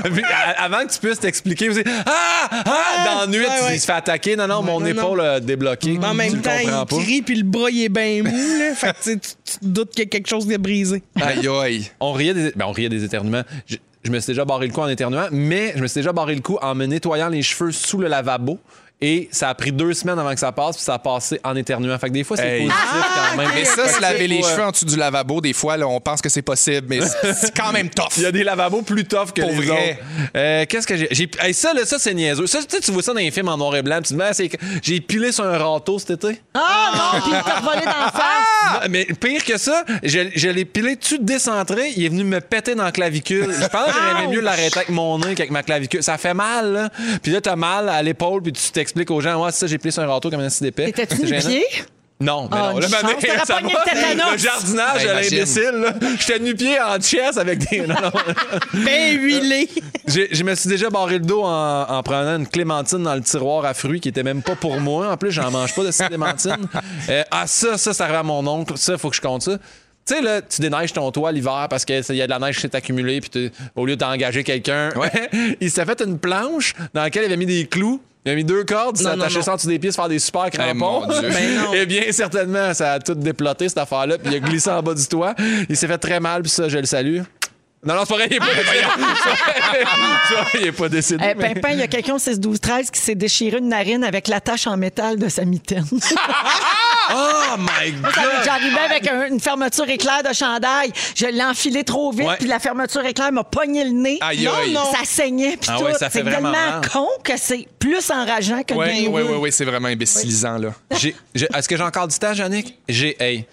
Puis, à- Avant que tu puisses t'expliquer, vous dites, ah, ah, dans nuit, ouais, ouais. il se fait attaquer. Non, non, mon non, épaule a débloqué. Mais en tu même le temps, il comprends pas. crie, puis le bras, il est bien mou. Là. Fait que tu, sais, tu- tu te doutes qu'il y a quelque chose de brisé. Aïe, aïe. On riait des, ben, on riait des éternuements. Je, je me suis déjà barré le cou en éternuant, mais je me suis déjà barré le cou en me nettoyant les cheveux sous le lavabo. Et ça a pris deux semaines avant que ça passe, puis ça a passé en éternuant. Fait que des fois, c'est Hey. positif quand Ah! même. Mais ça, Fait que se laver c'est- les faut, euh, cheveux en dessous du lavabo, des fois, là, on pense que c'est possible, mais c'est c'est quand même tough. Il y a des lavabos plus tough que Pour les vrai. autres. Euh, Qu'est-ce que j'ai. j'ai- hey, ça, là, ça, c'est niaiseux. Ça, tu sais, tu vois ça dans les films en noir et blanc. puis Tu te dis, Ah, c'est que j'ai pilé sur un râteau cet été. Ah non, puis il t'a revolé d'en face. Non, mais pire que ça, je, je l'ai pilé dessus décentré. Il est venu me péter dans la clavicule. Je pense que j'aurais aimé mieux l'arrêter avec mon nez qu'avec ma clavicule. Ça fait mal, là. Puis là, t'as mal à l'épaule, puis tu t'expliques aux gens, ouais, c'est ça, j'ai pilé sur un râteau comme un assis d'épais. T'étais-tu C'est nu gênant. pied? Non, mais Ah, non. une chance, mais t'aurais ça pogné va. le tétanos. le jardinage Ben, à imagine. l'imbécile, là. J'étais nu-pied en chess avec des. Non, non. Euh, Ben huilé. J'ai- Je me suis déjà barré le dos en, en prenant une clémentine dans le tiroir à fruits qui était même pas pour moi. En plus, j'en mange pas de ces clémentines. Euh, ah, ça, ça, ça arrive à mon oncle. Ça, faut que je compte ça. Tu sais, là, tu déneiges ton toit l'hiver parce qu'il y a de la neige qui s'est accumulée, puis t'es- au lieu d'engager quelqu'un, il s'est fait une planche dans laquelle il avait mis des clous. Il a mis deux cordes, il s'est Non, non, attaché non. ça en dessous des pieds, se faire des super crampons. mon Dieu. Ben non. Eh bien, certainement, ça a tout déploté, cette affaire-là, puis il a glissé en bas du toit. Il s'est fait très mal, puis ça, je le salue. Non, non, c'est pas vrai, il est pas décédé. il est pas décédé. Eh, mais- Pimpin, il y a quelqu'un au 16-12-13 qui s'est déchiré une narine avec la tache en métal de sa mitaine. Oh my God! J'arrivais avec un- une fermeture éclair de chandail. Je l'ai enfilé trop vite, Ouais. puis la fermeture éclair m'a pogné le nez. Aïe, Non, aïe. non. Ça saignait, puis Ah tout. ouais, ça fait c'est vraiment tellement mal. con que c'est plus enrageant que Oui, bien Ben oui, oui. oui, c'est vraiment imbécilisant, là. J'ai- j'ai- Est-ce que j'ai encore du temps, Yannick? J'ai. Hey.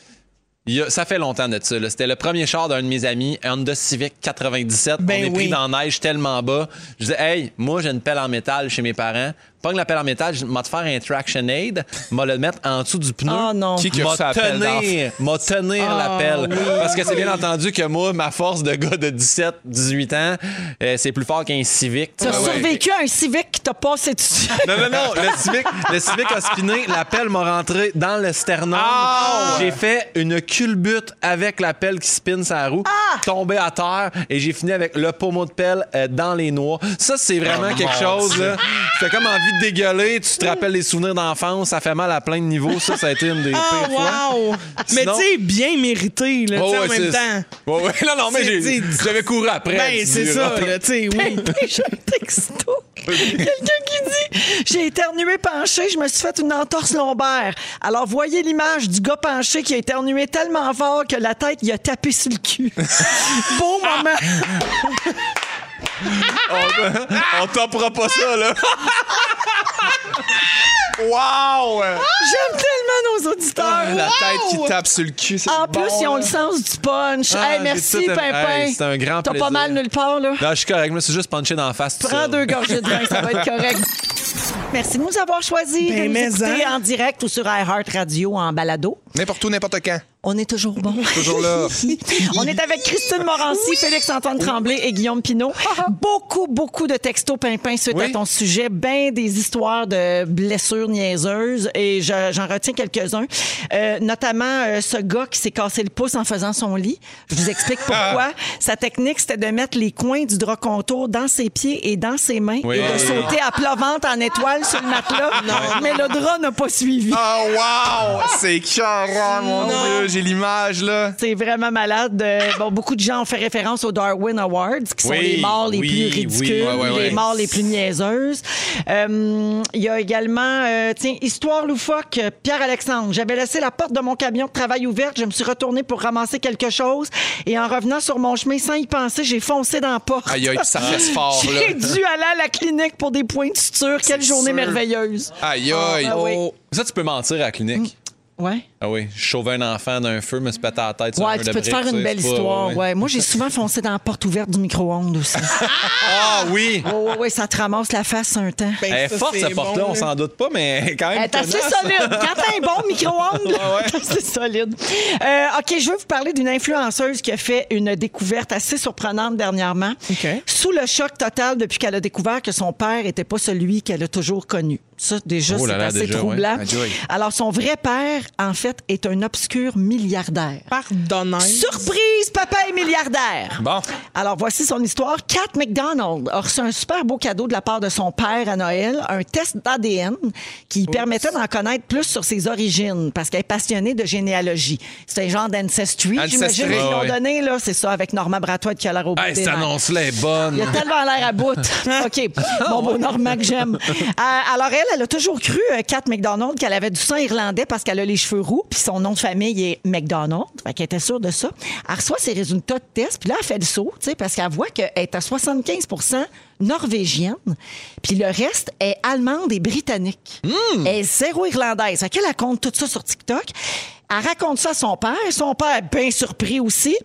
Il y a- ça fait longtemps de ça. là. C'était le premier char d'un de mes amis, un Honda Civic 97. Ben on est pris oui. dans la neige tellement bas. Je disais, hey, moi, j'ai une pelle en métal chez mes parents. Pogne la pelle en métal, je vais te faire un traction aid, m'a le mettre en dessous du pneu. Oh non. Qui que m'a ça appelle tenir, m'a tenir Ah, la pelle. Parce que c'est bien entendu que moi, ma force de gars de 17, 18 ans, euh, c'est plus fort qu'un Civic. T'as ouais. survécu à un civique qui t'a passé dessus. Non, non, non. Le Civic, le Civic a spiné. La pelle m'a rentré dans le sternum. Ah, J'ai fait une culbute avec la pelle qui spinne sa roue, Ah! tombé à terre et j'ai fini avec le pommeau de pelle euh, dans les noix. Ça, c'est vraiment Oh, quelque mon chose. Dieu. là. T'as comme envie de dégueuler. Tu te rappelles les souvenirs d'enfance. Ça fait mal à plein de niveaux. Ça, ça a été une des Ah, pires fois. wow! Mais Sinon- tu sais, bien mérité, là, tu sais, Ouais, en ouais, même c'est- temps. Ouais, ouais. Non, non, mais C'est- j'ai- c'est- j'avais couru après. Ben, tu c'est diras. ça, là, tu sais, oui. J'ai un texto. Quelqu'un qui dit J'ai éternué penché, je me suis fait une entorse lombaire. Alors, voyez l'image du gars penché qui a éternué tellement fort que la tête, il a tapé sur le cul. Beau moment. On t'offre pas ça, là. Wow! J'aime tellement nos auditeurs. Ah, La Wow! tête qui tape sur le cul, c'est En plus, bon, ils ont là. le sens du punch. Ah, Hey, j'ai merci, tout aimé. Pimpin. Hey, c'est un grand T'as pas plaisir. mal nulle part, là. Non, je suis correct. Je me suis juste punché dans la face. tout Prends seul. deux gorgées de vin, ça va être correct. Merci de nous avoir choisis Ben, de nous mais écouter en. en direct ou sur iHeart Radio en balado. N'importe où, n'importe quand. On est toujours bon. Toujours là. On est avec Christine Morancy, Félix-Antoine Tremblay et Guillaume Pinault. Beaucoup, beaucoup de textos pimpins suite Ah, Oui. à ton sujet. Ben des histoires de blessures niaiseuses et je- j'en retiens quelques-uns. Euh, notamment euh, ce gars qui s'est cassé le pouce en faisant son lit. Je vous Ah. explique pourquoi. Sa technique, c'était de mettre les coins du drap contour dans ses pieds et dans ses mains Oui. et de sauter à plat ventre en étoile sur le matelas. Mais le drap n'a pas suivi. Ah, Oh, wow! C'est carré, mon Dieu! J'ai l'image, là. C'est vraiment malade. Euh, bon, beaucoup de gens ont fait référence aux Darwin Awards, qui sont Oui, les morts les oui, plus oui, ridicules, ouais, ouais, ouais. les morts les plus niaiseuses. Euh, Il y a également, euh, tiens, Histoire loufoque, euh, Pierre-Alexandre. J'avais laissé la porte de mon camion de travail ouverte. Je me suis retournée pour ramasser quelque chose. Et en revenant sur mon chemin, sans y penser, j'ai foncé dans la porte. Aïe, aïe, puis ça reste oh, fort, là. J'ai dû aller à la clinique pour des points de suture. Quelle journée sûr. merveilleuse. Aïe, aïe. Ah, oui. Oh. Ça, tu peux mentir à la clinique. Ouais. Ah oui, je sauvais un enfant d'un feu, me se péter la tête. sur un Ouais, mur tu de peux te briques, faire une sais, belle c'est pas- histoire. ouais. ouais. Moi, j'ai souvent foncé dans la porte ouverte du micro-ondes aussi. Ah oui! Oui, oui, oui, ça te ramasse la face un temps. Ben, Elle est ça, forte, c'est cette porte-là, bon, on là. s'en doute pas, mais quand Elle même. est Eh, assez tenace. solide. Quand t'as un bon micro-ondes, c'est solide. Euh, OK, je veux vous parler d'une influenceuse qui a fait une découverte assez surprenante dernièrement. OK. Sous le choc total depuis qu'elle a découvert que son père n'était pas celui qu'elle a toujours connu. Ça, déjà, Oh c'est là là, assez déjà, ouais. troublant. Ah, joy. Alors, son vrai père, en fait, est un obscur milliardaire. Ah, Pardonnez. Surprise, papa est milliardaire. Bon. Alors voici son histoire. Kat McDonald a reçu un super beau cadeau de la part de son père à Noël, un test d'ADN qui lui permettait d'en connaître plus sur ses origines parce qu'elle est passionnée de généalogie. C'est un genre d'ancestry, Ancestry. j'imagine qu'ils Ouais, l'ont ouais. donné là, c'est ça avec Norma Bratois qui a la Hey, cette annonce-là est bonne. il a tellement l'air à bout. OK. Mon beau Normand que j'aime. Euh, alors, elle, elle a toujours cru, euh, Kat McDonald, qu'elle avait du sang irlandais parce qu'elle a les cheveux roux, puis son nom de famille est McDonald. Fait qu'elle était sûre de ça. Elle reçoit ses résultats de test, puis là, elle fait le saut, tu sais, parce qu'elle voit qu'elle est à 75 norvégienne, puis le reste est allemande et britannique. Elle est zéro irlandaise. Fait qu'elle elle compte tout ça sur TikTok. Elle raconte ça à son père. Son père est bien surpris aussi.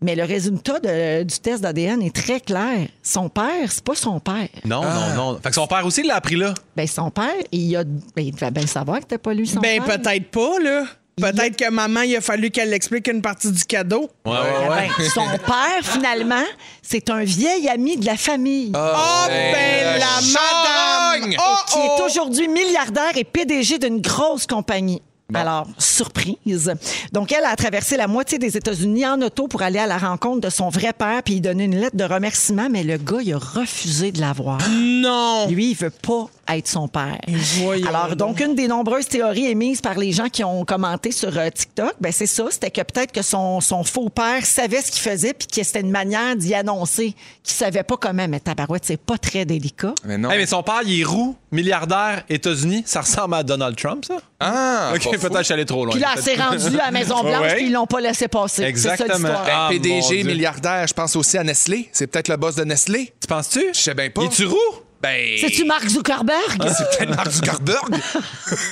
Mais le résultat de- du test d'ADN est très clair. Son père, c'est pas son père. Non, non, non. Fait que son père aussi l'a appris là. Ben, son père, il, a, ben, il devait bien savoir que c'était pas lui son Ben, père. peut-être pas, là. Peut-être que maman, il a fallu qu'elle explique une partie du cadeau. Ouais, ouais, Ah ouais. ben, son père, finalement, c'est un vieil ami de la famille. Oh, ben, la madame! Oh, qui oh. est aujourd'hui milliardaire et PDG d'une grosse compagnie. Alors, surprise. Donc, elle a traversé la moitié des États-Unis en auto pour aller à la rencontre de son vrai père puis il donner une lettre de remerciement, mais le gars, il a refusé de la voir. Non! Lui, il veut pas être son père. voyons Alors, donc, une des nombreuses théories émises par les gens qui ont commenté sur euh, TikTok, ben, c'est ça, c'était que peut-être que son, son faux père savait ce qu'il faisait puis que c'était une manière d'y annoncer qu'il savait pas comment. Mais tabarouette, c'est pas très délicat. Mais non. Hey, mais son père, il est roux, milliardaire, États-Unis. Ça ressemble à Donald Trump, ça? Ah, ok, pas fou. peut-être que je suis allé trop loin. Puis là, elle s'est Peut-être- rendue à la Maison-Blanche, Ouais. puis ils l'ont pas laissé passer. C'est ça Exactement. l'histoire. Ah, mon PDG, Dieu. milliardaire, je pense aussi à Nestlé. C'est peut-être le boss de Nestlé. Tu penses-tu? Je sais bien pas. Il est-tu roux? Ben. C'est-tu Mark Zuckerberg? C'est peut-être Mark Zuckerberg.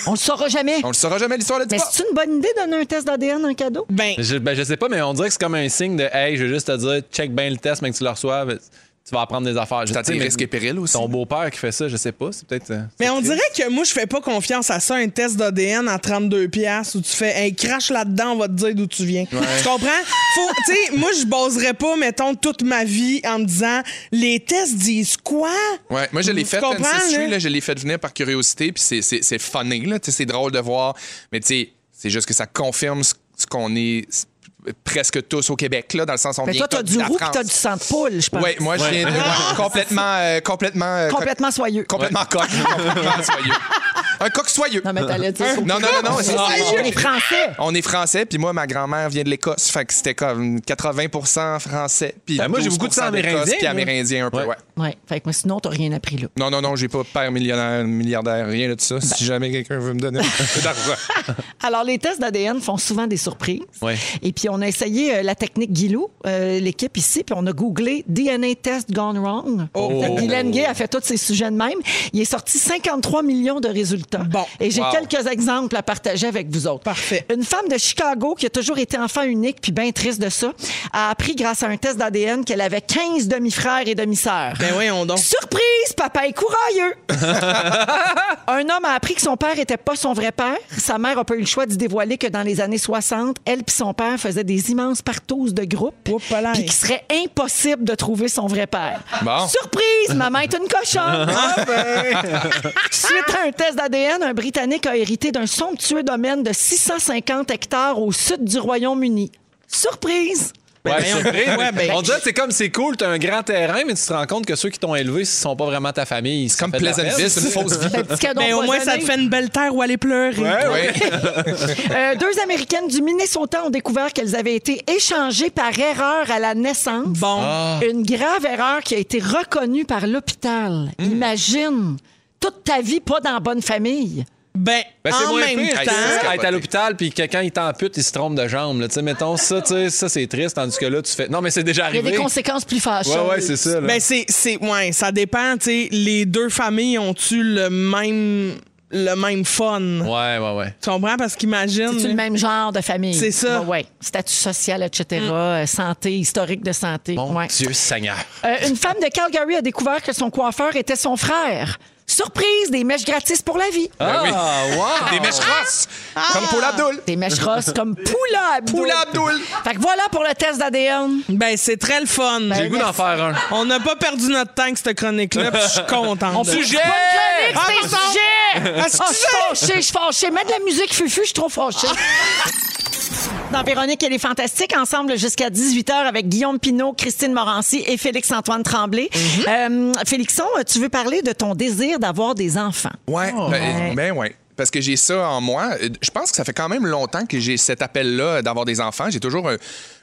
On le saura jamais. On le saura jamais, l'histoire le dit Mais pas. c'est une bonne idée de donner un test d'ADN en cadeau? Ben, Je, ben, je sais pas, mais on dirait que c'est comme un signe de Hey, je veux juste te dire, check bien le test, mais que tu le reçoives, tu vas apprendre des affaires. Je T'as sais, des mais risques et périls aussi. Ton beau-père qui fait ça, je sais pas, c'est peut-être. euh, mais on dirait que moi, je fais pas confiance à ça, un test d'ADN à 32 pièces où tu fais, hey, crache là-dedans, on va te dire d'où tu viens. Tu comprends? Faut, tu sais, moi, je baserais pas, mettons, toute ma vie en me disant, les tests disent quoi? Ouais, moi je l'ai Tu fait hein, comprends, Ancestry, là? là, je l'ai fait venir par curiosité, puis c'est c'est c'est funny là, tu sais, c'est drôle de voir, mais tu sais, c'est juste que ça confirme ce, ce qu'on est s- presque tous au Québec là, dans le sens où on Mais vient toi, t'as comme du de la roux puis France. t'as du sang hein. de poule, je pense. Ouais, moi je viens de- ouais, complètement euh, complètement euh, co- Complètement soyeux. complètement coq, complètement soyeux. Un coq soyeux. Ah. Non, mais Ah, t'allais dire... Non non non non, c'est- c'est- les Français. on est français, puis moi, ma grand-mère vient de l'Écosse. Fait que c'était comme 80 français. Puis Ben, moi, j'ai beaucoup de sang 12% d'Écosse, amérindien, Puis moi. amérindien un peu, Ouais. ouais. Ouais, fait que moi, sinon, t'as rien appris là. Non, non, non, j'ai pas père millionnaire, milliardaire, rien de tout ça. Si jamais quelqu'un veut me donner un peu d'argent. Alors, les tests d'ADN font souvent des surprises. Ouais. Et puis, on a essayé euh, la technique Guilou, euh, l'équipe ici, puis on a googlé DNA test gone wrong. Fait que Guylaine Gay a fait tous ces sujets de même. Il est sorti 53 millions de résultats. Bon. Et j'ai Wow. quelques exemples à partager avec vous autres. Parfait. Une femme de Chicago qui a toujours été enfant unique, puis bien triste de ça, a appris grâce à un test d'ADN qu'elle avait 15 demi-frères et demi-sœurs. Ben, voyons donc. Surprise, papa est courageux. un homme a appris que son père n'était pas son vrai père. Sa mère a pas eu le choix de dévoiler que dans les années 60, elle puis son père faisaient des immenses partous de groupe, Oupalaï. puis qu'il serait impossible de trouver son vrai père. Bon. Surprise, maman est une cochonne. Ah, ben. Suite à un test d'ADN, un Britannique a hérité d'un somptueux domaine de 650 hectares au sud du Royaume-Uni. Surprise. Ouais, voyons. surpris, mais Ouais, ben, on dirait que c'est comme c'est cool, t'as un grand terrain, mais tu te rends compte que ceux qui t'ont élevé, ce sont pas vraiment ta famille. Comme Ça fait de la Pleasantville, peine. c'est une fausse vie. Un petit cadeau Ben, au moins, ça empoisonné. te fait une belle terre où aller pleurer. Ouais. Euh, deux Américaines du Minnesota ont découvert qu'elles avaient été échangées par erreur à la naissance. Bon. Ah. Une grave erreur qui a été reconnue par l'hôpital. Hmm. Imagine, toute ta vie pas dans la bonne famille. Ben, Ben, c'est en moins même pire, temps. c'est juste être Capoté. à l'hôpital puis quelqu'un il t'ampute, il se trompe de jambe. là. Tu sais, mettons ça, tu sais, ça c'est triste, tandis que là tu fais. Non, mais c'est déjà Il y a arrivé. des conséquences plus fâcheuses. Eh ouais, ouais, c'est ça. là. Ben c'est c'est ouais, ça dépend, tu sais, les deux familles ont eu le même le même fun. Ouais, ouais, ouais. Tu comprends? Parce qu'imagine. C'est le même genre de famille. Mm. C'est ça. Mm. Ouais, ouais. Statut social, etc. euh, santé, historique de santé. Mon Ouais. Dieu Seigneur. Euh, une femme de Calgary a découvert que son coiffeur était son frère. Surprise, des mèches gratis pour la vie. Ah, wow. Des mèches grosses, comme pour l'Abdoul. Des mèches rosses comme Poula Ah, Abdul. Pour l'Abdoul. Fait que voilà pour le test d'ADN. Ben, c'est très le fun. J'ai le goût d'en faire un. On n'a pas perdu notre temps avec cette chronique-là, puis je suis contente. On Sujet- Bonne chronique, Ah, c'est pardon. sujet! Ah, Ah, je suis fâchée, je suis fâchée. Mets de la musique fufu, je suis trop fâchée. Dans Véronique, elle est fantastique. Ensemble jusqu'à 18h avec Guillaume Pinault, Christine Morancy et Félix-Antoine Tremblay. Mm-hmm. Euh, Félixon, tu veux parler de ton désir d'avoir des enfants. Ouais, ben, ben ouais. Parce que j'ai ça en moi. Euh, Je pense que ça fait quand même longtemps que j'ai cet appel-là d'avoir des enfants. J'ai toujours euh,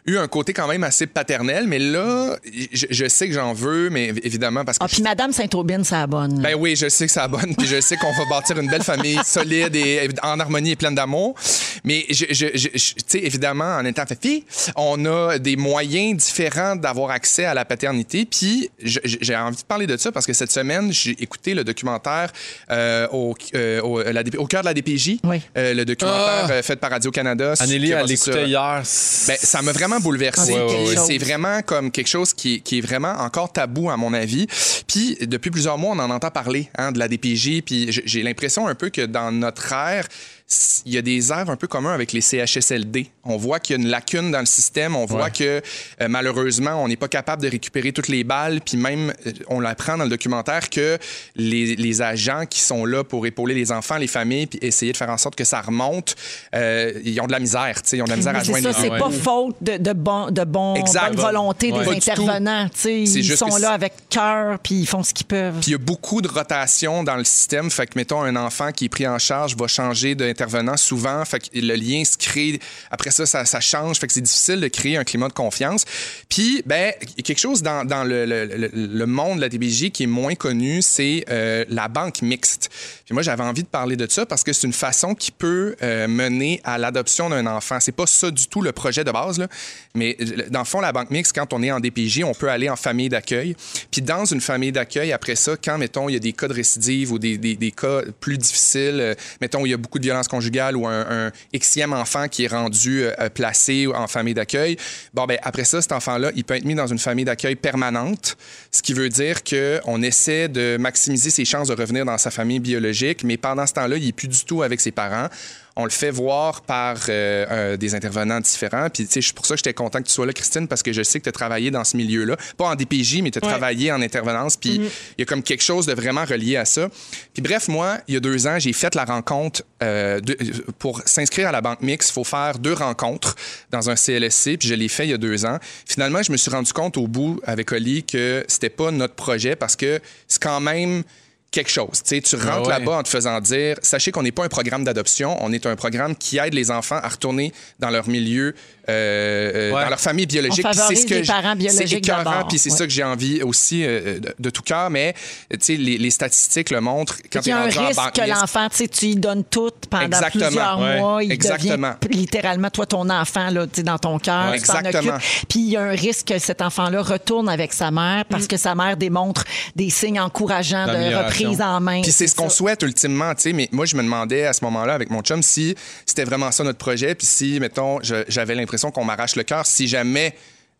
eu un côté quand même assez paternel, mais là, je, je sais que j'en veux, mais évidemment parce que. Ah, puis Madame Saint-Aubin, ça abonne. Ben oui, je sais que ça bonne, puis je sais qu'on va bâtir une belle famille solide et en harmonie et pleine d'amour. Mais je, je, je- je- tu sais, évidemment, en étant fait fille, on a des moyens différents d'avoir accès à la paternité. Puis je- je- j'ai envie de parler de ça parce que cette semaine, j'ai écouté le documentaire euh, au, euh, au, la DP au cœur de la DPJ, Oui. Euh, le documentaire euh, fait par Radio Canada. Anneli, elle l'écoutait hier. Ben, ça m'a vraiment bouleversé. Ah, c'est quelque Et chose. C'est vraiment comme quelque chose qui, qui est vraiment encore tabou, à mon avis. Puis, depuis plusieurs mois, on en entend parler hein, de la DPJ. Puis, j- j'ai l'impression un peu que dans notre ère, s- il y a des airs un peu communs avec les CHSLD. On voit qu'il y a une lacune dans le système. On voit que, euh, malheureusement, on n'est pas capable de récupérer toutes les balles. Puis, même, euh, on l'apprend dans le documentaire que les, les agents qui sont là pour épauler les enfants, les familles, puis essayer de faire en sorte que ça remonte, euh, ils ont de la misère. tu sais, Ils ont Ah, de la misère à Mais c'est joindre ça, les c'est gens. pas faute de, de, bon, de bon, Exact. bonne volonté Ouais. des Pas du tout. intervenants. Tu sais, C'est Ils juste sont que là c'est- avec cœur, puis ils font ce qu'ils peuvent. Puis il y a beaucoup de rotation dans le système. Fait que, mettons, un enfant qui est pris en charge va changer d'intervenant souvent. Fait que le lien se crée. Après ça, ça, ça change. Fait que c'est difficile de créer un climat de confiance. Puis, ben, quelque chose dans, dans le, le- le- le monde de la DBJ qui est moins connu, c'est euh, la banque mixte. Puis moi, j'avais envie de parler de ça parce que c'est une façon qui peut euh, mener à l'adoption d'un enfant. C'est pas ça du tout le projet de base, là. mais euh, dans le fond, la banque mixte, quand on est en DPJ, on peut aller en famille d'accueil. Puis dans une famille d'accueil, après ça, quand, mettons, il y a des cas de récidive ou des, des- des cas plus difficiles, euh, mettons, il y a beaucoup de violence conjugale ou un, un Xème enfant qui est rendu euh, placé en famille d'accueil, bon, ben après ça, cet enfant-là, il peut être mis dans une famille d'accueil permanente, ce qui veut dire qu'on essaie de maximiser ses chances de revenir dans sa famille biologique, mais pendant ce temps-là, il n'est plus du tout avec ses parents. On le fait voir par euh, euh, des intervenants différents. Puis, tu sais, je- pour ça que j'étais content que tu sois là, Christine, parce que je sais que tu as travaillé dans ce milieu-là. Pas en DPJ, mais tu as travaillé en intervenance. Puis, il y a comme quelque chose de vraiment relié à ça. Puis, bref, moi, il y a deux ans, j'ai fait la rencontre. euh, de- pour s'inscrire à la Banque Mix, il faut faire deux rencontres dans un CLSC. Puis, je l'ai fait il y a deux ans. Finalement, je me suis rendu compte au bout, avec Oli, que c'était pas notre projet parce que c'est quand même quelque chose. Tu sais, tu rentres Ah ouais. là-bas en te faisant dire, sachez qu'on n'est pas un programme d'adoption, on est un programme qui aide les enfants à retourner dans leur milieu, euh, euh, Ouais. dans leur famille biologique. On Puis c'est favorise ce que les je- parents biologiques C'est écœurant, d'abord. puis c'est Ouais. ça que j'ai envie aussi euh, de, de tout cœur, mais euh, tu sais, les, les statistiques le montrent. Quand Il y a un t'es rendu en risque banque que mixte, l'enfant, tu sais, tu y donnes tout pendant Exactement. plusieurs Ouais. mois. Il Exactement. devient p- littéralement, toi, ton enfant, là, tu sais, dans ton cœur. Ouais, tu t'en exactement. occupes. Puis il y a un risque que cet enfant-là retourne avec sa mère Mm. parce que sa mère démontre des signes encourageants de D'amélioration. reprise en main. Puis c'est ce qu'on ça. souhaite ultimement, tu sais. Mais moi, je me demandais à ce moment-là avec mon chum si c'était vraiment ça notre projet, puis si, mettons, je- j'avais l'impression qu'on m'arrache le cœur, si jamais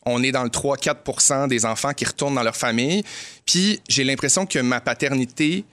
on est dans le 3-4 des enfants qui retournent dans leur famille. Puis j'ai l'impression que ma paternité,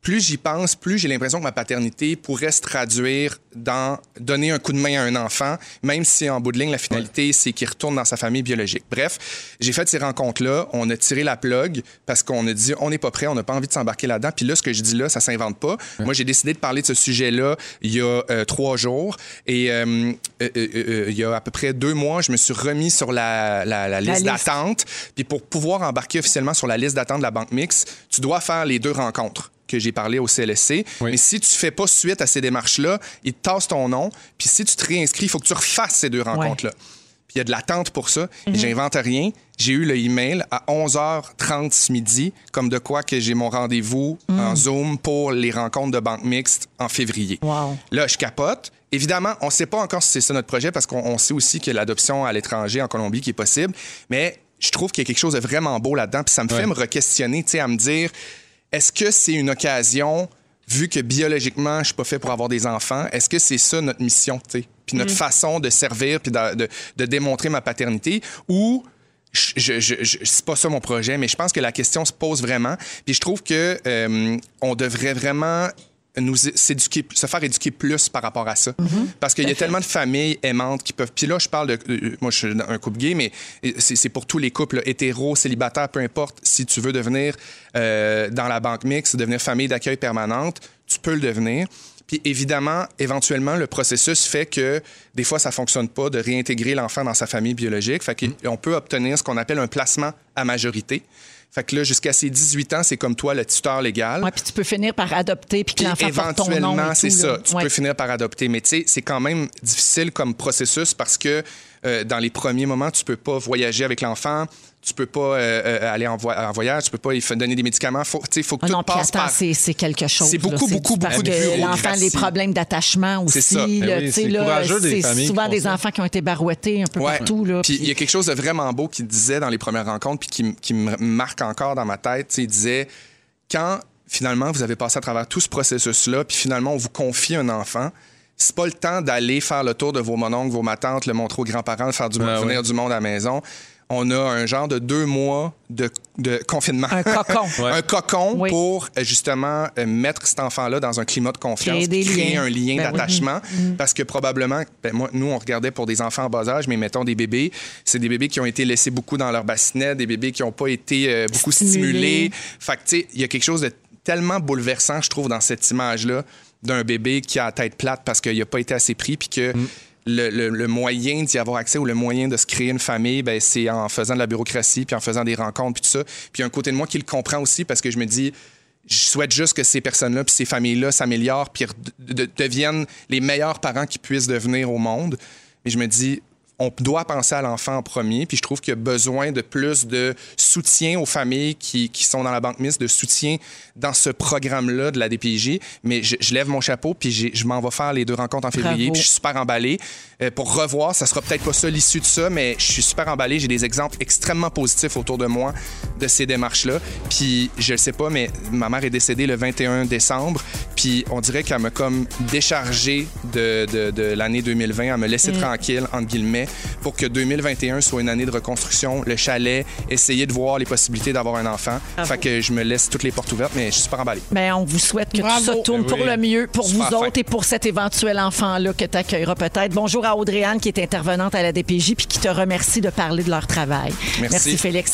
plus j'y pense, plus j'ai l'impression que ma paternité pourrait se traduire dans donner un coup de main à un enfant, même si en bout de ligne, la finalité, c'est qu'il retourne dans sa famille biologique. Bref, j'ai fait ces rencontres-là, on a tiré la plug parce qu'on a dit on n'est pas prêt, on n'a pas envie de s'embarquer là-dedans. Puis là, ce que je dis là, ça s'invente pas. Moi, j'ai décidé de parler de ce sujet-là il y a euh, trois jours et euh, euh, euh, euh, il y a à peu près deux mois, je me suis remis sur la, la- la liste liste. d'attente. Puis pour pouvoir embarquer officiellement sur la liste d'attente de la Banque Mix, tu dois faire les deux rencontres que j'ai parlé au CLSC. Mais si tu fais pas suite à ces démarches-là, ils te tassent ton nom. Puis si tu te réinscris, il faut que tu refasses ces deux rencontres-là. Puis il y a de l'attente pour ça. Et J'invente rien. J'ai eu le email à 11h30 ce midi, comme de quoi que j'ai mon rendez-vous en Zoom pour les rencontres de Banque Mixte en février. Wow. Là, je capote. Évidemment, on ne sait pas encore si c'est ça notre projet parce qu'on on sait aussi que l'adoption à l'étranger en Colombie qui est possible. Mais je trouve qu'il y a quelque chose de vraiment beau là-dedans. Puis ça me fait me re-questionner, tu sais, à me dire est-ce que c'est une occasion vu que biologiquement, je suis pas fait pour avoir des enfants, est-ce que c'est ça notre mission, tu sais? Puis notre façon de servir, puis de, de- de démontrer ma paternité, ou je, je- je- je- c'est pas ça mon projet, mais je pense que la question se pose vraiment. Puis je trouve que euh, on devrait vraiment nous s'éduquer, se faire éduquer plus par rapport à ça. Parce qu'il y a tellement de familles aimantes qui peuvent. Puis là, je parle de. euh, moi, je suis dans un couple gay, mais c'est c'est pour tous les couples, là, hétéros, célibataires, peu importe. Si tu veux devenir euh, dans la banque mixte, devenir famille d'accueil permanente, tu peux le devenir. Puis évidemment, éventuellement, le processus fait que des fois, ça ne fonctionne pas de réintégrer l'enfant dans sa famille biologique. Fait qu'on peut obtenir ce qu'on appelle un placement à majorité. Fait que là, jusqu'à ses 18 ans, c'est comme toi, le tuteur légal. Ouais, puis tu peux finir par adopter puis que Puis l'enfant porte ton nom. éventuellement, et c'est tout, ça. là. Tu Ouais. peux finir par adopter. Mais tu sais, c'est quand même difficile comme processus parce que euh, dans les premiers moments, tu peux pas voyager avec l'enfant, tu peux pas euh, euh, aller en, voi- en voyage, tu peux pas lui f- donner des médicaments. Faut, tu sais, faut que Ah tout non, puis passe attends, par... c'est c'est quelque chose. C'est là. beaucoup, beaucoup, parce beaucoup de que bureaucratie. L'enfant, les problèmes d'attachement aussi. C'est ça. Ben là, oui, tu sais, c'est là, courageux des c'est familles qui souvent font des ça. enfants qui ont été barouettés un peu Ouais. partout. Là, Puis il y a quelque chose de vraiment beau qu'il disait dans les premières rencontres, puis qui, m- qui me marque encore dans ma tête. Tu sais, Il disait quand finalement vous avez passé à travers tout ce processus-là, puis finalement on vous confie un enfant. C'est pas le temps d'aller faire le tour de vos mononcles, vos matantes, le montrer aux grands-parents, le faire du Ah venir ouais. du monde à la maison. On a un genre de deux mois de, de confinement. Un cocon. Ouais. Un cocon Oui. pour euh, justement euh, mettre cet enfant-là dans un climat de confiance, Créer des puis créer liens. un lien Ben oui. d'attachement. Parce que probablement, ben, moi, nous, on regardait pour des enfants en bas âge, mais mettons des bébés. C'est des bébés qui ont été laissés beaucoup dans leur bassinet, des bébés qui n'ont pas été euh, beaucoup Stimulés. stimulés. Fait que, tu sais, il y a quelque chose de tellement bouleversant, je trouve, dans cette image-là d'un bébé qui a la tête plate parce qu'il n'a pas été assez pris, puis que. Le, le- le moyen d'y avoir accès ou le moyen de se créer une famille, ben, c'est en faisant de la bureaucratie, puis en faisant des rencontres, puis tout ça. Puis il y a un côté de moi qui le comprend aussi parce que je me dis, je souhaite juste que ces personnes-là puis ces familles-là s'améliorent puis re- de- deviennent les meilleurs parents qui puissent devenir au monde. Mais je me dis, on doit penser à l'enfant en premier. Puis je trouve qu'il y a besoin de plus de soutien aux familles qui, qui sont dans la banque mixte, de soutien dans ce programme-là de la DPJ. Mais je, je lève mon chapeau puis j'ai- je m'en vais faire les deux rencontres en février. Bravo. Puis je suis super emballé. Euh, pour revoir, ça sera peut-être pas ça l'issue de ça, mais je suis super emballé. J'ai des exemples extrêmement positifs autour de moi de ces démarches-là. Puis je le sais pas, mais ma mère est décédée le 21 décembre. Puis on dirait qu'elle m'a comme déchargé de, de- de l'année 2020, à me Mm. laisser tranquille, entre guillemets, pour que 2021 soit une année de reconstruction, le chalet, essayer de voir les possibilités d'avoir un enfant. Ah Fait que je me laisse toutes les portes ouvertes, mais je suis super emballé. Ben, on vous souhaite que Bravo. tout ça tourne Ben pour oui. le mieux pour Eh Super vous fin. autres et pour cet éventuel enfant-là que tu accueilleras peut-être. Bonjour à Audrey-Anne qui est intervenante à la DPJ puis qui te remercie de parler de leur travail. Merci. Félix.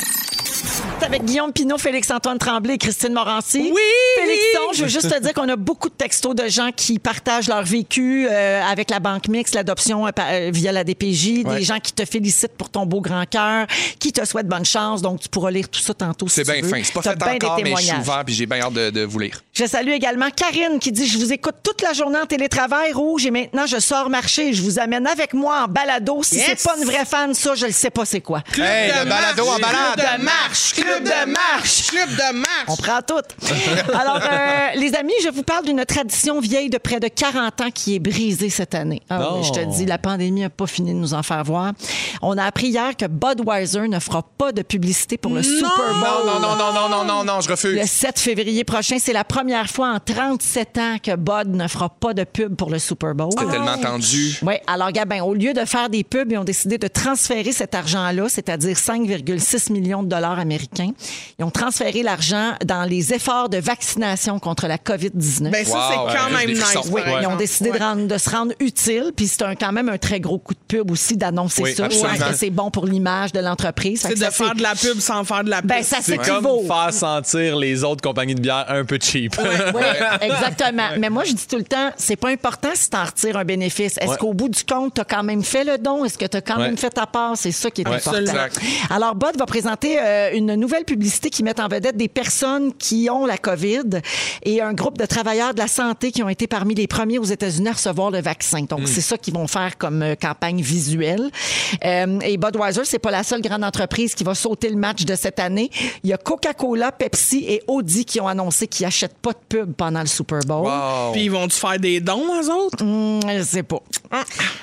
C'est Avec Guillaume Pinot, Félix-Antoine Tremblay et Christine Morancy. Oui! Félixon, je veux juste te dire qu'on a beaucoup de textos de gens qui partagent leur vécu euh, avec la Banque Mixte, l'adoption euh, par- euh, via la DPJ, des Ouais. gens qui te félicitent pour ton beau grand cœur, qui te souhaitent bonne chance. Donc, tu pourras lire tout ça tantôt si C'est tu bien veux. fin. C'est pas T'as fait bien des encore, mais je suis témoignages. ouvert puis j'ai bien hâte de, de vous lire. Je salue également Karine qui dit Je vous écoute toute la journée en télétravail rouge et maintenant je sors marcher. Je vous amène avec moi en balado. Si Yes! c'est pas une vraie fan, ça, je le sais pas c'est quoi. Hey, Club le de balado marche, en balade. Club de marche, club de marche, club de marche. On prend toutes. Alors, euh, les amis, je vous parle d'une tradition vieille de près de 40 ans qui est brisée cette année. Ah oui, Non. je te dis, la pandémie n'a pas fini de nous en faire voir. On a appris hier que Budweiser ne fera pas de publicité pour le Super Bowl. Non, non, non, non, non, non, non, non, je refuse. Le 7 février prochain, c'est la première fois en 37 ans que Bud ne fera pas de pub pour le Super Bowl. C'était tellement tendu. Oui, alors Gabin, au lieu de faire des pubs, ils ont décidé de transférer cet argent-là, c'est-à-dire 5,6 millions de dollars américains. Ils ont transféré l'argent dans les efforts de vaccination contre la COVID-19. Ben ça, Wow, c'est quand ouais, même des nice. frissons. par oui, ils ont exemple. décidé Ben, Ouais. de, rendre- de se rendre utile, puis c'est un- quand même un très gros coup de pub aussi d'annoncer Oui, ça. Je pense absolument. que c'est bon pour l'image de l'entreprise. Fait C'est que ça, de faire de la pub sans faire de la pub. Ben, ça C'est comme s'équivaut. faire sentir les autres compagnies de bière un peu cheap. Oui, exactement. Mais moi, je dis tout le temps, c'est pas important si t'en retires un bénéfice. Est-ce Ouais. qu'au bout du compte, t'as quand même fait le don? Est-ce que t'as quand Ouais. même fait ta part? C'est ça qui est important. Absolument. Exact. Alors, Bud va présenter euh, une nouvelle publicité qui met en vedette des personnes qui ont la COVID et un groupe de travailleurs de la santé qui ont été parmi les premiers aux États-Unis à recevoir le vaccin. Hmm. Donc, c'est ça qu'ils vont faire comme euh, campagne visuelle. Euh, et Budweiser, c'est pas la seule grande entreprise qui va sauter le match de cette année. Il y a Coca-Cola, Pepsi et Audi qui ont annoncé qu'ils achètent pas de pub pendant le Super Bowl. Wow. Puis ils vont-tu faire des dons, eux autres? Hum, je sais pas.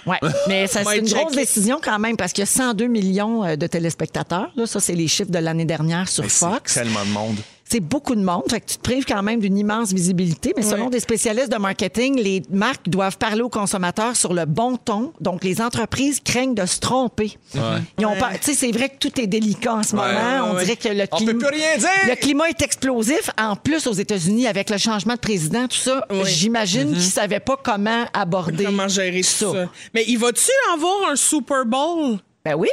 Ouais. Mais ça, c'est Might une check. grosse décision quand même parce qu'il y a 102 millions euh, de téléspectateurs. Là, ça, c'est les chiffres de l'année dernière sur Mais c'est Fox. Tellement de monde. C'est c'est beaucoup de monde. Fait que tu te prives quand même d'une immense visibilité. Mais selon des spécialistes de marketing, les marques doivent parler aux consommateurs sur le bon ton. Donc, les entreprises craignent de se tromper. Ils ont peur- Tu sais, c'est vrai que tout est délicat en ce moment. On ouais. dirait que le On peut climat- plus rien dire! le climat est explosif. En plus, aux États-Unis, avec le changement de président, tout ça, j'imagine qu'ils ne savaient pas comment aborder Comment gérer tout ça? Mais il va-tu avoir un Super Bowl? Ben oui,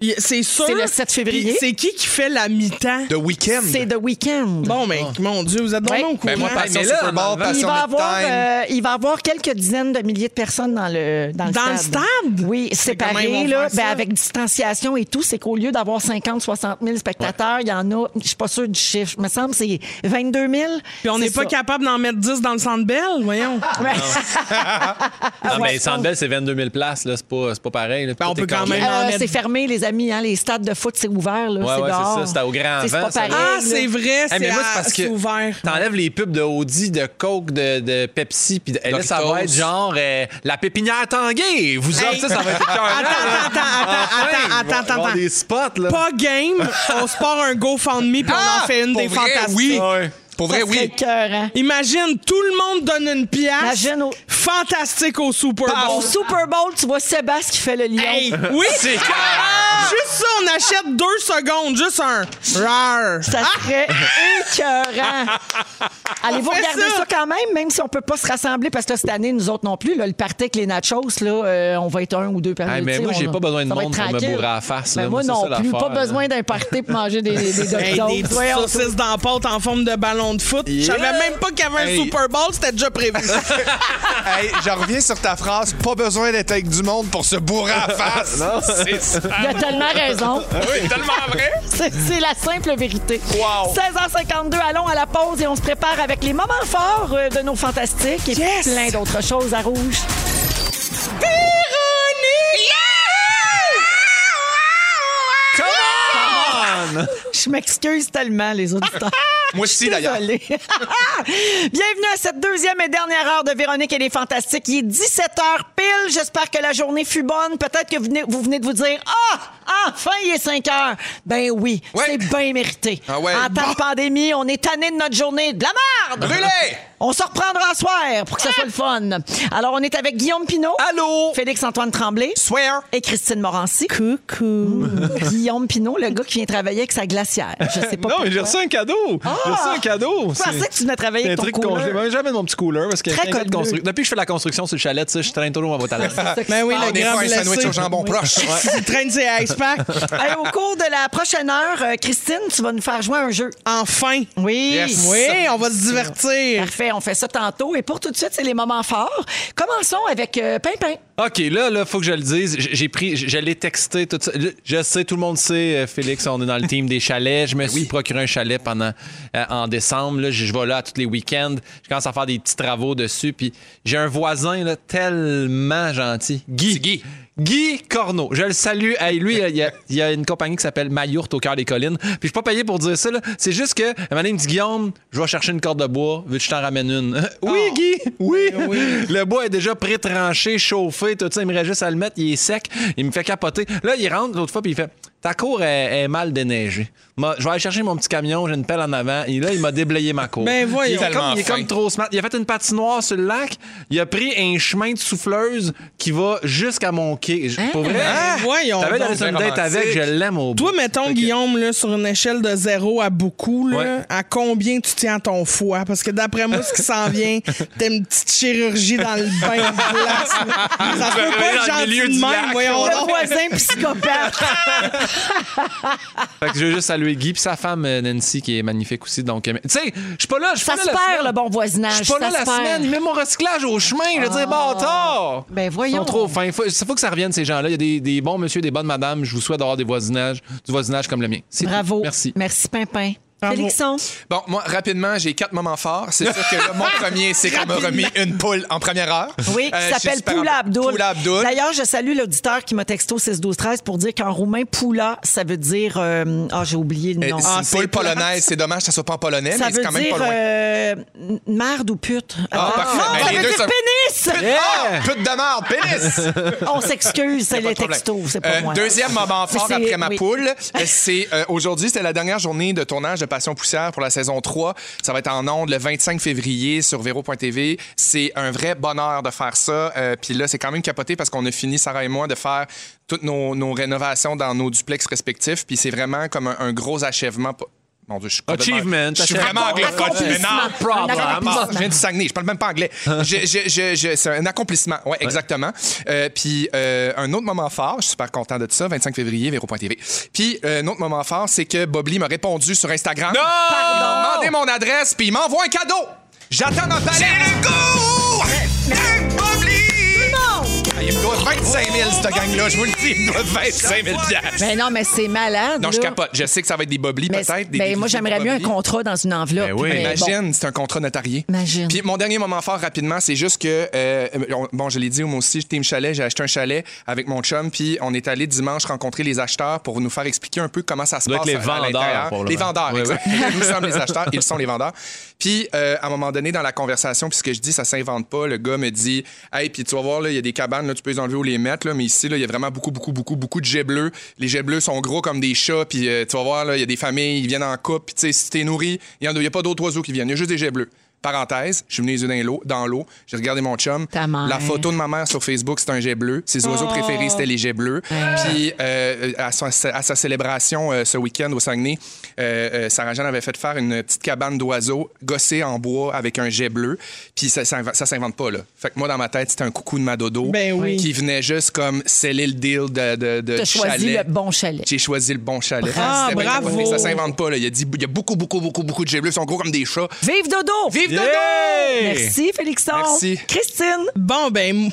Il- C'est sûr. C'est le 7 février. Puis C'est qui qui fait la mi-temps? The Weeknd. c'est The Weeknd. Bon, mais mon Dieu, vous êtes dans Ouais. mon courant. Ah. Ben, moi, passion mais là, Super Bowl, il va il, passion va Midtime. avoir, euh, il va avoir quelques dizaines de milliers de personnes dans le, dans le Dans le stade. stade? comment Oui, ils séparés, vont là, faire ben ça? avec distanciation et tout. C'est qu'au lieu d'avoir 50, 60 000 spectateurs, il y en a, je suis pas sûre du chiffre, il me semble, c'est 22 000. Puis on n'est pas capable d'en mettre 10 dans le centre belle, voyons. Non, mais ouais. Sandbell, c'est 22 000 places, là. C'est pas, c'est pas pareil. là. Ben, on Tout est peut quand carré. même- en mettre- Euh, c'est fermé, les amis. Hein, les stades de foot, c'est ouvert. Là, Ouais, c'est ouais, c'est dehors. ça, c'est au grand Tu sais, vent, C'est ça. pas pareil. Ah, là. c'est vrai, Eh, c'est mais moi, à- c'est parce c'est ouvert. que t'enlèves les pubs de Audi, de Coke, de, de Pepsi, puis de- et là, ça Doritos. va être genre euh, la pépinière Tanguay. Vous autres, ça, ça va être écœurant, là. Attends, attends, attends, Enfin, attends, ils vont- attends, ah, ils vont avoir attends. des spots, là. Pas game, on se part un GoFundMe puis on en fait une pour des vrai, fantastiques. oui. Ouais. Pour Ça vrai, serait oui. écœurant. Imagine, tout le monde donne une pièce. Imagine au- Fantastique au Super Bah, Au Bowl. Super Bowl, tu vois Sébastien qui fait le lion. Hey, oui. C'est Ah! Juste ça, on achète deux secondes, juste un. Rar. Ça serait écœurant. Allez-vous On fait regarder ça. ça. quand même, même si on peut pas se rassembler, parce que là, cette année, nous autres non plus, là, le party avec les nachos, là, euh, on va être un ou deux personnes. Hey, mais tu sais, moi, j'ai on- pas besoin de ça va monde être pour me tranquille. bourrer la face, Ben là. moi Moi, non c'est ça plus, pas l'affaire, là. besoin d'un party pour manger des, des, des hot Hey, dogs. des petites Voyons, saucisses dans la pâte en forme de ballon de foot. Je savais même pas qu'il y avait un Hey. Super Bowl, c'était déjà prévu. Hey, je reviens sur ta phrase. Pas besoin d'être avec du monde pour se bourrer à la face. C'est ça. Il a tellement raison. Oui, tellement vrai. C'est c'est la simple vérité. Wow. 16h52, allons à la pause et on se prépare avec les moments forts euh, de nos fantastiques et Yes. plein d'autres choses à rouge. Je m'excuse tellement, les auditeurs. Moi aussi, d'ailleurs. Désolée. Bienvenue à cette deuxième et dernière heure de Véronique et les Fantastiques. Il est 17h pile. J'espère que la journée fut bonne. Peut-être que vous venez, vous venez de vous dire Ah, enfin, il est 5h. Ben oui, Ouais. c'est bien mérité. Ah ouais. En temps Bon. de pandémie, on est tanné de notre journée. De la merde! Brûlé! Ah! On se reprendra à soir pour que ça soit le fun. Alors, on est avec Guillaume Pinault. Allô? Félix-Antoine Tremblay. Swear. Et Christine Morancy. Coucou. Guillaume Pinault, le gars qui vient travailler avec sa glacière. Je sais pas Non, mais j'ai pourquoi. reçu un cadeau. J'ai reçu un cadeau. Ah! Je pensais que tu venais travailler C'est un avec ton truc cooler. congelé. Moi, J'amène mon petit cooler parce que Très quelqu'un de code constru- bleu. depuis que je fais la construction sur le chalet, tu sais, je traîne toujours ma boîte à linge. Ben oui, On le est grand pas un sandwich blessé. au jambon proche. Il traîne ses ice packs. Hey, au cours de la prochaine heure, euh, Christine, tu vas nous faire jouer à un jeu. Enfin. Oui. Yes. Oui, on va se divertir. Parfait, on fait ça tantôt. Et pour tout de suite, c'est les moments forts. Commençons avec euh, Ah, Pimpin. OK, là, là, faut que je le dise. J- J'ai pris, j- je l'ai texté tout ça. Je- Je sais, tout le monde sait, euh, Félix, on est dans le team des chalets. Je me suis procuré un chalet pendant euh, en décembre. Là, je je vais là à tous les week-ends. Je commence à faire des petits travaux dessus. Puis j'ai un voisin là, tellement gentil. Guy. Guy. Corneau, je le salue. Hey, lui, il y, a, il y a une compagnie qui s'appelle Mayourte au cœur des collines. Puis je suis pas payé pour dire ça. là. C'est juste que, un moment donné, il me dit Guillaume, je vais chercher une corde de bois. Veux-tu que je t'en ramène une? oui, Guy, oui. Le bois est déjà pré-tranché, chauffé, tout ça. Il me reste juste à le mettre. Il est sec. Il me fait capoter. Là, il rentre l'autre fois, puis il fait Ta cour est, est mal déneigée. Moi, Je vais aller chercher mon petit camion, j'ai une pelle en avant. Et là, il m'a déblayé ma cour. Ben il, est voyons. comme, Tellement il est fin. comme trop smart. Il a fait une patinoire sur le lac. Il a pris un chemin de souffleuse qui va jusqu'à mon quai. Je- Pour vrai, hein? Ah, voyons T'avais donc. dans une date avec, je l'aime au bout. Toi, mettons, Guillaume, là, sur une échelle de zéro à beaucoup, là, Ouais. à combien tu tiens ton foie? Parce que d'après moi, ce qui s'en vient, t'as une petite chirurgie dans le bain de glace. là. Ça se peut pas être dans le gentil milieu de du même, lac. voyons le donc. voisin psychopathe. Fait que je veux juste saluer Guy puis sa femme euh, Nancy qui est magnifique aussi. Donc, euh, mais- tu sais, je suis pas là, je suis Ça pas se là la perd, semaine. le bon Je voisinage. suis pas là la ça se perd. Ah. semaine. Il met mon recyclage au chemin. Je veux dire, bâtard! Ben, voyons. Ils sont trop fins. Faut, faut que ça revienne, ces gens-là. Il y a des, des bons monsieur, des bonnes madames. Je vous souhaite d'avoir des voisinages, du voisinage comme le mien. C'est tout. Bravo. Merci. Merci, Pimpin. Bravo. Félixon. Bon, moi, rapidement, j'ai quatre moments forts. C'est sûr que là, mon premier, c'est qu'on m'a remis une poule en première heure. Ah! Oui, Euh, qui s'appelle chez Super- Poula Abdul. Poula Abdul. D'ailleurs, je salue l'auditeur qui m'a texto 6-12-13 pour dire qu'en roumain, Poula, ça veut dire. euh, Ah, j'ai oublié le Euh, nom. C'est Ah, une c'est poule plate. polonaise. C'est dommage que ça soit pas en polonais, ça mais c'est veut quand même dire. pas loin. euh, merde ou pute. Attends. parfait. Non, Ben, ça les veut deux, dire ça- pénis! Ah, pute de merde, pénis! On s'excuse, c'est Y a les pas de problème. textos, c'est pas Euh, moi. Deuxième moment fort C'est- après ma oui. poule, euh, c'est euh, aujourd'hui, c'était la dernière journée de tournage de Passion Poussière pour la saison 3. Ça va être en ondes le 25 février sur Véro.tv. C'est un vrai bonheur de faire ça. Euh, Puis là, c'est quand même capoté parce qu'on a fini, Sarah et moi, de faire toutes nos, nos rénovations dans nos duplex respectifs. Puis c'est vraiment comme un, un gros achèvement. Mon Dieu, je suis complètement- Achievement, Je suis achèvement. vraiment anglophone. mais non, Accomplissement. problem. Un ah, accomplissement. je viens du Saguenay, je parle même pas anglais. Je- je- je- je- c'est un accomplissement, Ah. ouais, exactement. Euh, puis euh, un autre moment fort, je suis super content de ça, 25 février, Véro.tv. Puis euh, un autre moment fort, c'est que Bobli m'a répondu sur Instagram. Non! Il m'a demandé mon adresse, puis il m'envoie un cadeau. J'attends notre palette. C'est le goût de Bobli! Ah, Il me doit 25 000, cette gang-là, je vous le dis, il me doit 25 000 piastres. Ben non, mais c'est malade. Non, je là. capote. Je sais que ça va être des Bobli, Mais- peut-être. des- ben, des- moi, des j'aimerais mieux un Bobli. contrat dans une enveloppe. Ben oui. mais bon. Imagine, c'est un contrat notarié. Imagine. Puis mon dernier moment fort rapidement, c'est juste que euh, on- bon, je l'ai dit moi aussi, team chalet, j'ai acheté un chalet avec mon chum, puis on est allé dimanche rencontrer les acheteurs pour nous faire expliquer un peu comment ça se doit passe. être les à vendeurs, l'intérieur. probablement. les vendeurs, Ouais, exact. Nous sommes les acheteurs, ils sont les vendeurs. Puis euh, à un moment donné dans la conversation, puis ce que je dis, ça s'invente pas. Le gars me dit, hey, puis tu vas voir là, il y a des cabanes là, tu peux les enlever ou les mettre là, mais ici là, il y a vraiment beaucoup, beaucoup, beaucoup, beaucoup de jets bleus. Les jets bleus sont gros comme des chats, puis euh, tu vas voir là, il y a des familles, ils viennent en couple, puis tu sais, si t'es nourri, il y en a, il y a pas d'autres oiseaux qui viennent, il y a juste des jets bleus. Parenthèse, je suis venu les yeux dans l'eau, dans l'eau, j'ai regardé mon chum. Ta mère. La photo de ma mère sur Facebook, c'est un jet bleu. Ses oiseaux Oh. préférés, c'était les jets bleus. Puis euh, à, son- à sa célébration euh, ce week-end au Saguenay, euh, euh, Sarah Jeanne avait fait faire une petite cabane d'oiseaux gossée en bois avec un jet bleu. Puis ça, ça, ça s'invente pas, là. Fait que moi, dans ma tête, c'était un coucou de ma dodo Ben oui. qui venait juste comme sceller le deal de, de, de T'as choisi chalet. le bon chalet. J'ai choisi le bon chalet. Ah, C'était bien bravo. capoté. Ça s'invente pas, là. Il y a dit- il y a beaucoup, beaucoup, beaucoup, beaucoup de jets bleus. Ils sont gros comme des chats. Vive Dodo! Vive Dodo! Merci, Félixon. Merci. Christine. Bon, ben,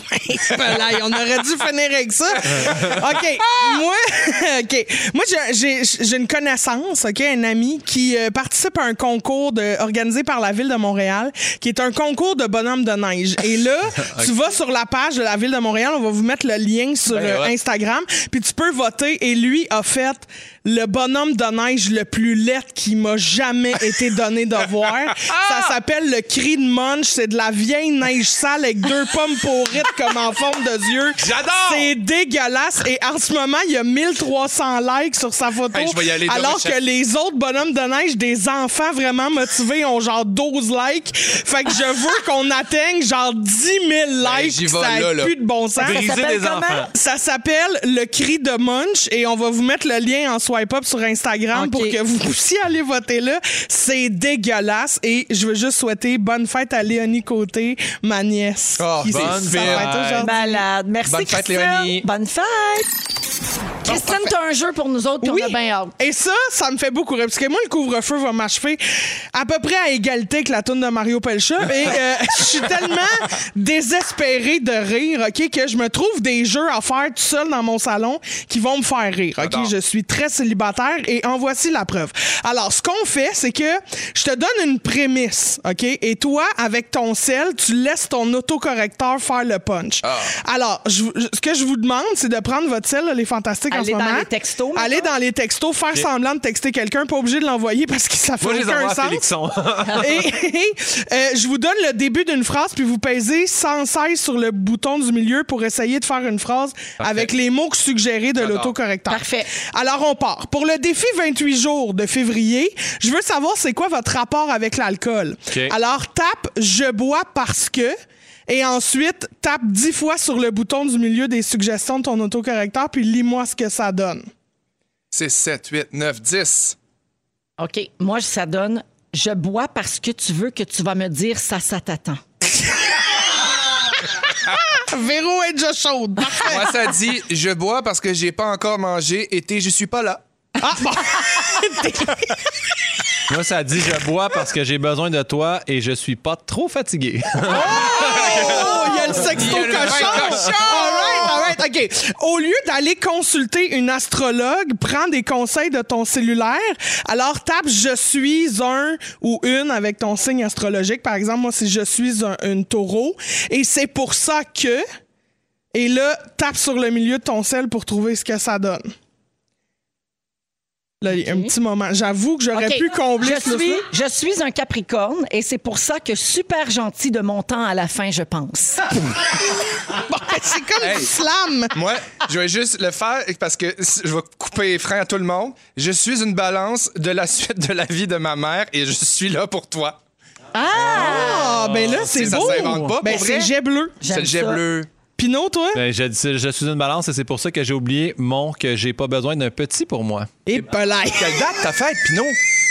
pelaille, on aurait dû finir avec ça. OK. Moi, OK. Moi, j'ai- j'ai j'ai une connaissance, OK, un ami qui euh, participe à un concours de- organisé par la Ville de Montréal, qui est un concours de bonhomme de neige. Et là, tu vas sur la page de la Ville de Montréal, on va vous mettre le lien sur euh, ouais. Instagram, puis tu peux voter. Et lui a fait le bonhomme de neige le plus laid qui m'a jamais été donné de voir. Ah! Ça s'appelle le cri de munch. C'est de la vieille neige sale avec deux pommes pourrites comme en forme de yeux. J'adore! C'est dégueulasse. Et en ce moment, il y a 1300 likes sur sa photo. Hey, je vais y aller, alors Doris. que les autres bonhommes de neige, des enfants vraiment motivés, ont genre 12 likes. Fait que je veux qu'on atteigne genre 10 000 likes. Ben, j'y ça vais a là, là. plus de bon sens. Briser Ça s'appelle des comment? enfants. Ça s'appelle Le cri de Munch et on va vous mettre le lien en swipe up sur Instagram Ok. pour que vous puissiez aller voter là. C'est dégueulasse et je veux juste souhaiter bonne fête à Léonie Côté, ma nièce. Oh, qui bonne sa fête. fête aujourd'hui. Malade. Merci, Bonne fête, Christine. Léonie. Bonne fête. Christine, t'as un jeu pour nous autres, puis on a bien hâte. Et ça, ça me fait beaucoup rire. Parce que moi, le couvre-feu va m'achever à peu près à égalité que la toune de Mario Pelcha. Et euh, je suis tellement désespérée de rire, OK, que je me trouve des jeux à faire tout seul dans mon salon qui vont me faire rire, OK? J'adore. Je suis très célibataire et en voici la preuve. Alors, ce qu'on fait, c'est que je te donne une prémisse, OK? Et toi, avec ton sel, tu laisses ton autocorrecteur faire le punch. Alors, je- je- ce que je vous demande, c'est de prendre votre sel, là, les fantastiques en Allez ce dans moment. les textos, Allez mettons. dans les textos, faire semblant de texter quelqu'un, pas obligé de l'envoyer parce que ça fait Moi, je les aucun envoie à sens. Félixon. Et, et, euh, je vous donne le début d'une phrase, puis vous pèsez sans cesse sur le bouton du milieu pour essayer de faire une phrase avec les mots suggérés de l'autocorrecteur. Parfait. Alors, on part. Pour le défi 28 jours de février, je veux savoir c'est quoi votre rapport avec l'alcool. Alors, tape « Je bois parce que » et ensuite, tape 10 fois sur le bouton du milieu des suggestions de ton autocorrecteur, puis lis-moi ce que ça donne. 6, 7, 8, 9, 10. OK. Moi, ça donne Je bois parce que tu veux que tu vas me dire ça, ça t'attend. Véro est déjà chaude. Moi, ça dit, je bois parce que j'ai pas encore mangé, été, je suis pas là. Moi, ça dit je bois parce que j'ai besoin de toi et je suis pas trop fatigué. Oh, il y a le sexto Il y a le cochon. vin All right, all right, OK. Au lieu d'aller consulter une astrologue, prends des conseils de ton cellulaire. Alors, tape « Je suis un » ou « une » avec ton signe astrologique. Par exemple, moi, c'est « Je suis un une taureau ». Et c'est pour ça que... Et là, tape sur le milieu de ton sel pour trouver ce que ça donne. Là, Un petit moment. J'avoue que j'aurais OK. pu combler je plus suis, là. je suis un Capricorne et c'est pour ça que super gentil de mon temps à la fin, je pense. Bon, c'est comme Hey. du slam. Moi, je vais juste le faire parce que s- je vais couper franc à tout le monde. Je suis une balance de la suite de la vie de ma mère et je suis là pour toi. Ah! Ah, ben là, c'est ça beau. s'invente pas, ben, pour c'est vrai. jet bleu. C'est le jet ça. bleu. Pinot, toi? Ben, je, dis- je suis une balance et c'est pour ça que j'ai oublié mon que j'ai pas besoin d'un petit pour moi. Et polaire. Quelle date ta fête, Pinot?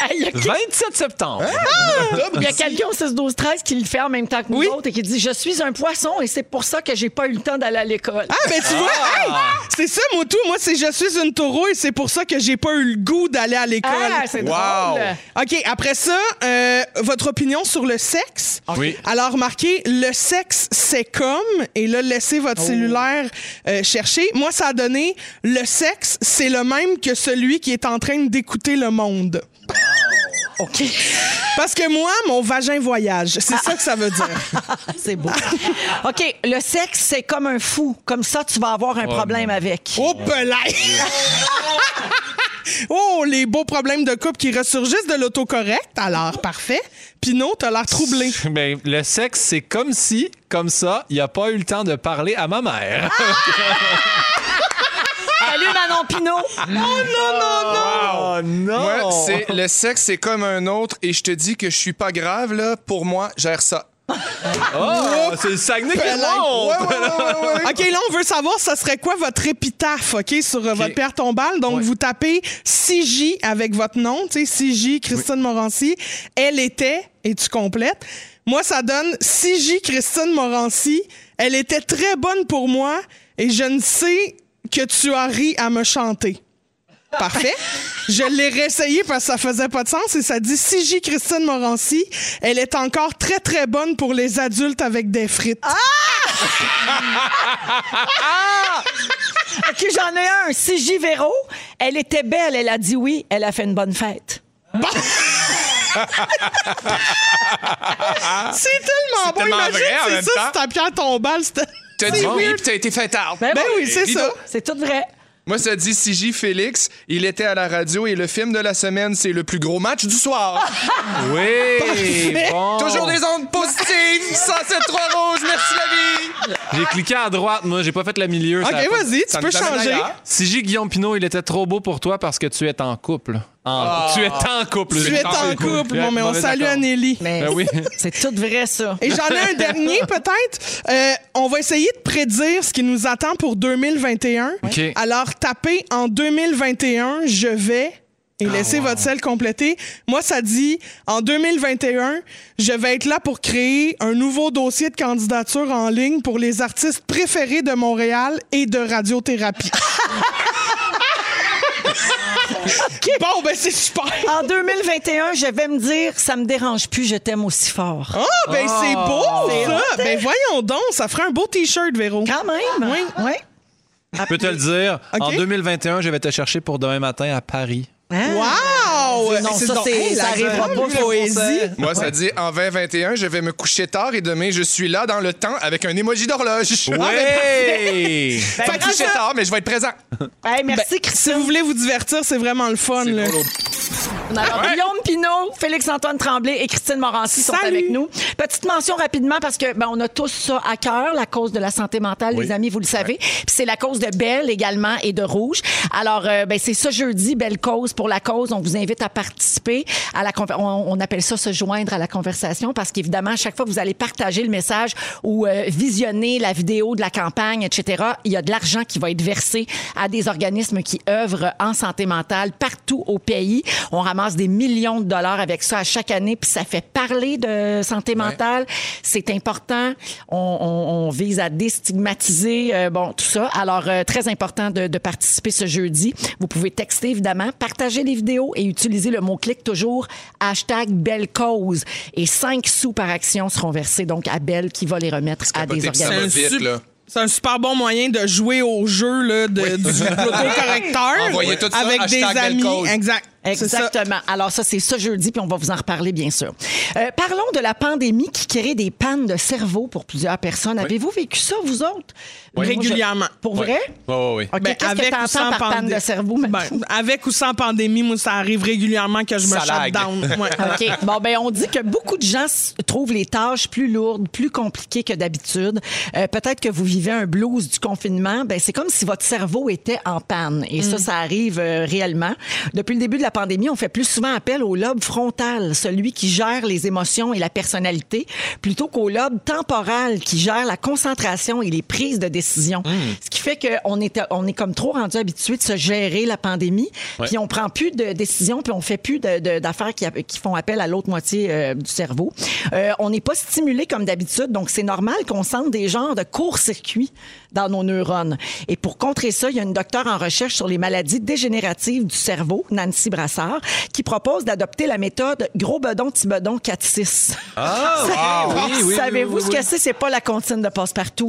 Ah, Il y a, 27 septembre. il y a quelqu'un au 6-12-13 qui le fait en même temps que nous Oui. autres et qui dit Je suis un poisson et c'est pour ça que j'ai pas eu le temps d'aller à l'école. Ah, ben tu vois, hey, c'est ça, mon tout. Moi, c'est je suis une taureau et c'est pour ça que j'ai pas eu le goût d'aller à l'école. Ah, c'est Wow. drôle. OK, après ça, euh, votre opinion sur le sexe. Oui. Alors, marquez le sexe, c'est comme, et là, laissez votre Oh. cellulaire euh, chercher. Moi, ça a donné le sexe, c'est le même que celui qui est en train d'écouter le monde. OK. Parce que moi, mon vagin voyage. Ah. C'est ça que ça veut dire. c'est beau. OK. Le sexe, c'est comme un fou. Comme ça, tu vas avoir un problème avec. Oh, belay! Oh, les beaux problèmes de couple qui ressurgissent de l'autocorrect. Alors, parfait. Pinot, t'as l'air troublé. Ben, le sexe, c'est comme si, comme ça, il a pas eu le temps de parler à ma mère. Salut, Manon Pinot. Oh non! Moi, c'est le sexe, c'est comme un autre et je te dis que je suis pas grave, là. Pour moi, gère ça. Oh, c'est le Saguenay qui monte! Ouais, ouais, ouais, ouais, ouais. OK, là, on veut savoir, ça serait quoi votre épitaphe, OK, sur euh, votre père tombale. Donc, vous tapez CJ avec votre nom, tu sais, CJ, Christine Morancy. Elle était, et tu complètes. Moi, ça donne CJ, Christine Morancy. Elle était très bonne pour moi et je ne sais que tu as ri à me chanter. Parfait. Je l'ai réessayé parce que ça faisait pas de sens et ça dit CJ Christine Morancy, elle est encore très très bonne pour les adultes avec des frites. OK, j'en ai un. CJ Véro, oh, elle était belle, elle a dit oui, elle a fait une bonne fête. C'est tellement bon. tellement Imagine, vrai en c'est même ça, temps. si ta pierre tombale, c'était. T'as dit oui, puis t'as été fait tard. Ben, Ben oui, oui, c'est dis ça. donc. c'est tout vrai. Moi, ça dit CJ Félix, il était à la radio et le film de la semaine, c'est le plus gros match du soir. Oui! bon. Toujours des ondes positives, 107 trois roses, merci la vie. J'ai cliqué à droite, moi, j'ai pas fait le milieu. ça OK, a pas- vas-y, tu Ça peux nous amène changer. ailleurs. Si j'ai Guillaume Pinot, il était trop beau pour toi parce que tu es en couple. En- Tu es en couple. Ah. Ah, Tu es en couple. Bon, mais on salue Anneli. Mais Ben oui. c'est tout vrai, ça. Et j'en ai un dernier, peut-être. Euh, on va essayer de prédire ce qui nous attend pour 2021. OK. Alors, tapez en 2021, je vais. Et laissez votre selle compléter. Moi, ça dit, en 2021, je vais être là pour créer un nouveau dossier de candidature en ligne pour les artistes préférés de Montréal et de radiothérapie. Bon, ben c'est super. En 2021, je vais me dire, ça me dérange plus, je t'aime aussi fort. Ah, ben c'est beau, ça. hot, hein? Ben voyons donc, ça ferait un beau T-shirt, Véro. Quand même. Oui. oui. Je peux te le dire, OK. en 2021, je vais te chercher pour demain matin à Paris. Hein? Wow! Non, C'est ça, donc- c'est- Hey, ça la arrivera bonne pas, poésie. Moi, ça dit en 2021, je vais me coucher tard et demain, je suis là dans le temps avec un émoji d'horloge. Oui! Ah, mais Ben, Pas couché tard, mais je vais être présent. hey, merci, Si Christine. vous voulez vous divertir, c'est vraiment le fun. Là. Alors, Guillaume Pinault, Félix-Antoine Tremblay et Christine Morancy sont Salut. avec nous. Petite mention rapidement parce que ben, on a tous ça à cœur, la cause de la santé mentale, les amis, vous le savez. Puis c'est la cause de Belle également et de Rouge. Alors, euh, ben, c'est ce jeudi, Belle Cause pour la cause. On vous invite à participer à la conver- on, on appelle ça se joindre à la conversation parce qu'évidemment, à chaque fois que vous allez partager le message ou euh, visionner la vidéo de la campagne, etc., il y a de l'argent qui va être versé à des organismes qui œuvrent en santé mentale partout au pays. On ramasse des millions de dollars avec ça à chaque année, puis ça fait parler de santé mentale. C'est important. On, on- on vise à déstigmatiser, euh, bon, tout ça. Alors, euh, très important de, de participer ce jeudi. Vous pouvez texter, évidemment, partager les vidéos et utiliser le mot-clic toujours hashtag Belle Cause. Et 5 sous par action seront versés, donc, à Belle qui va les remettre à capoté, des puis ça organismes. va vite, sup- là. c'est un super bon moyen de jouer au jeu là, de, du l'autocorrecteur Envoyez tout ça, avec des hashtag belle amis. cause. Exact. Exactement. Alors ça, c'est ce jeudi, puis on va vous en reparler, bien sûr. Euh, parlons de la pandémie qui crée des pannes de cerveau pour plusieurs personnes. Avez-vous vécu ça, vous autres? Moi, je- Régulièrement. Pour vrai? Oui, oui, OK, Ben, qu'est-ce que t'entends par panne pandé- de cerveau? Ben, maintenant? avec ou sans pandémie, moi, ça arrive régulièrement que je me Ça shut lag. down. Ouais. OK. Bon, ben on dit que beaucoup de gens s- trouvent les tâches plus lourdes, plus compliquées que d'habitude. Euh, Peut-être que vous vivez un blues du confinement. Ben, c'est comme si votre cerveau était en panne. Et ça, ça arrive euh, réellement. Depuis le début de la pandémie, on fait plus souvent appel au lobe frontal, celui qui gère les émotions et la personnalité, plutôt qu'au lobe temporal qui gère la concentration et les prises de décision. Ce qui fait qu'on est, on est comme trop rendu habitué de se gérer la pandémie, puis on prend plus de décisions, puis on fait plus de- de- d'affaires qui, qui font appel à l'autre moitié euh, du cerveau. Euh, on n'est pas stimulé comme d'habitude, donc c'est normal qu'on sente des genres de court-circuits dans nos neurones. Et pour contrer ça, il y a une docteure en recherche sur les maladies dégénératives du cerveau, Nancy Brassard, qui propose d'adopter la méthode gros bedon petit bedon 4-6. Ah, oui, oui, oui, Savez-vous oui, ce que c'est? C'est pas la comptine de passe-partout,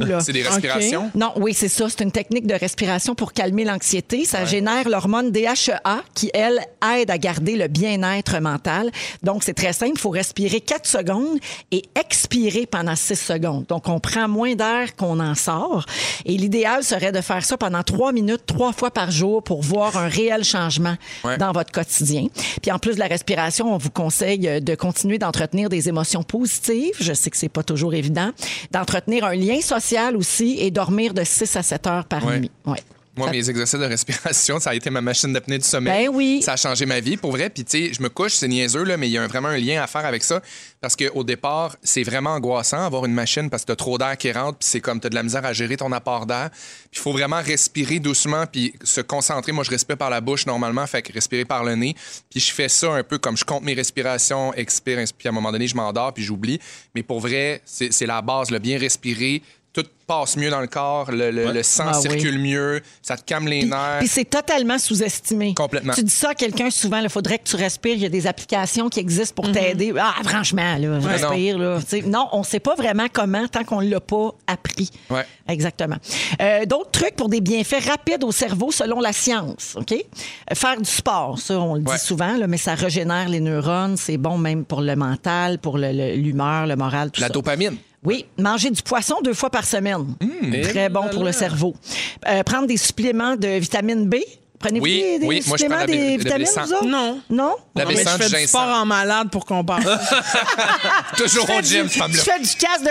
là. C'est des respirations. Non, oui, c'est ça. C'est une technique de respiration pour calmer l'anxiété. Ça génère l'hormone DHEA qui, elle, aide à garder le bien-être mental. Donc, c'est très simple. Il faut respirer 4 secondes et expirer pendant 6 secondes. Donc, on prend moins d'air qu'on en sort. Et l'idéal serait de faire ça pendant 3 minutes, 3 fois par jour pour voir un réel changement Ouais. dans votre quotidien. Puis, en plus de la respiration, on vous conseille euh, de continuer d'entretenir des émotions positives. Je sais que c'est pas toujours évident. D'entretenir un lien social aussi et dormir de 6 à 7 heures par Ouais. nuit. Ouais. Moi, Ça- mes exercices de respiration, ça a été ma machine d'apnée du sommeil. Ben oui. Ça a changé ma vie, pour vrai. Puis, tu sais, je me couche, c'est niaiseux, là, mais il y a un- vraiment un lien à faire avec ça. Parce qu'au départ, c'est vraiment angoissant avoir une machine parce que t'as trop d'air qui rentre, puis c'est comme t'as de la misère à gérer ton apport d'air. Puis, il faut vraiment respirer doucement, puis se concentrer. Moi, je respire par la bouche normalement, fait que respirer par le nez. Puis, je fais ça un peu comme je compte mes respirations, expire, inspire. Puis, à un moment donné, je m'endors, puis j'oublie. Mais pour vrai, c'est c'est la base, le bien respirer. Tout passe mieux dans le corps, le, le- le sang Ah oui. circule mieux, ça te calme les Puis, nerfs. puis c'est totalement sous-estimé. Complètement. Tu dis ça à quelqu'un souvent, il faudrait que tu respires. Il y a des applications qui existent pour t'aider. Ah, franchement, là, respire. Là, Tu sais, non, on ne sait pas vraiment comment tant qu'on ne l'a pas appris. Ouais. Exactement. Euh, D'autres trucs pour des bienfaits rapides au cerveau selon la science. OK? Euh, Faire du sport, ça, on le dit Ouais. souvent, là, mais ça régénère les neurones. C'est bon même pour le mental, pour le- le- l'humeur, le, moral, tout La ça. dopamine. Oui, manger du poisson deux fois par semaine. Mmh. Très bon pour le cerveau. Euh, prendre des suppléments de vitamine B. Prenez-vous Oui, des, des oui, moi, je suppléments prends de la des B- de vitamines, B100. vous autres? Non. Non? La Non, mais baissante, je fais du ginseng. sport en malade pour qu'on parle. Toujours au Je gym, fais du- femme je fais du casse de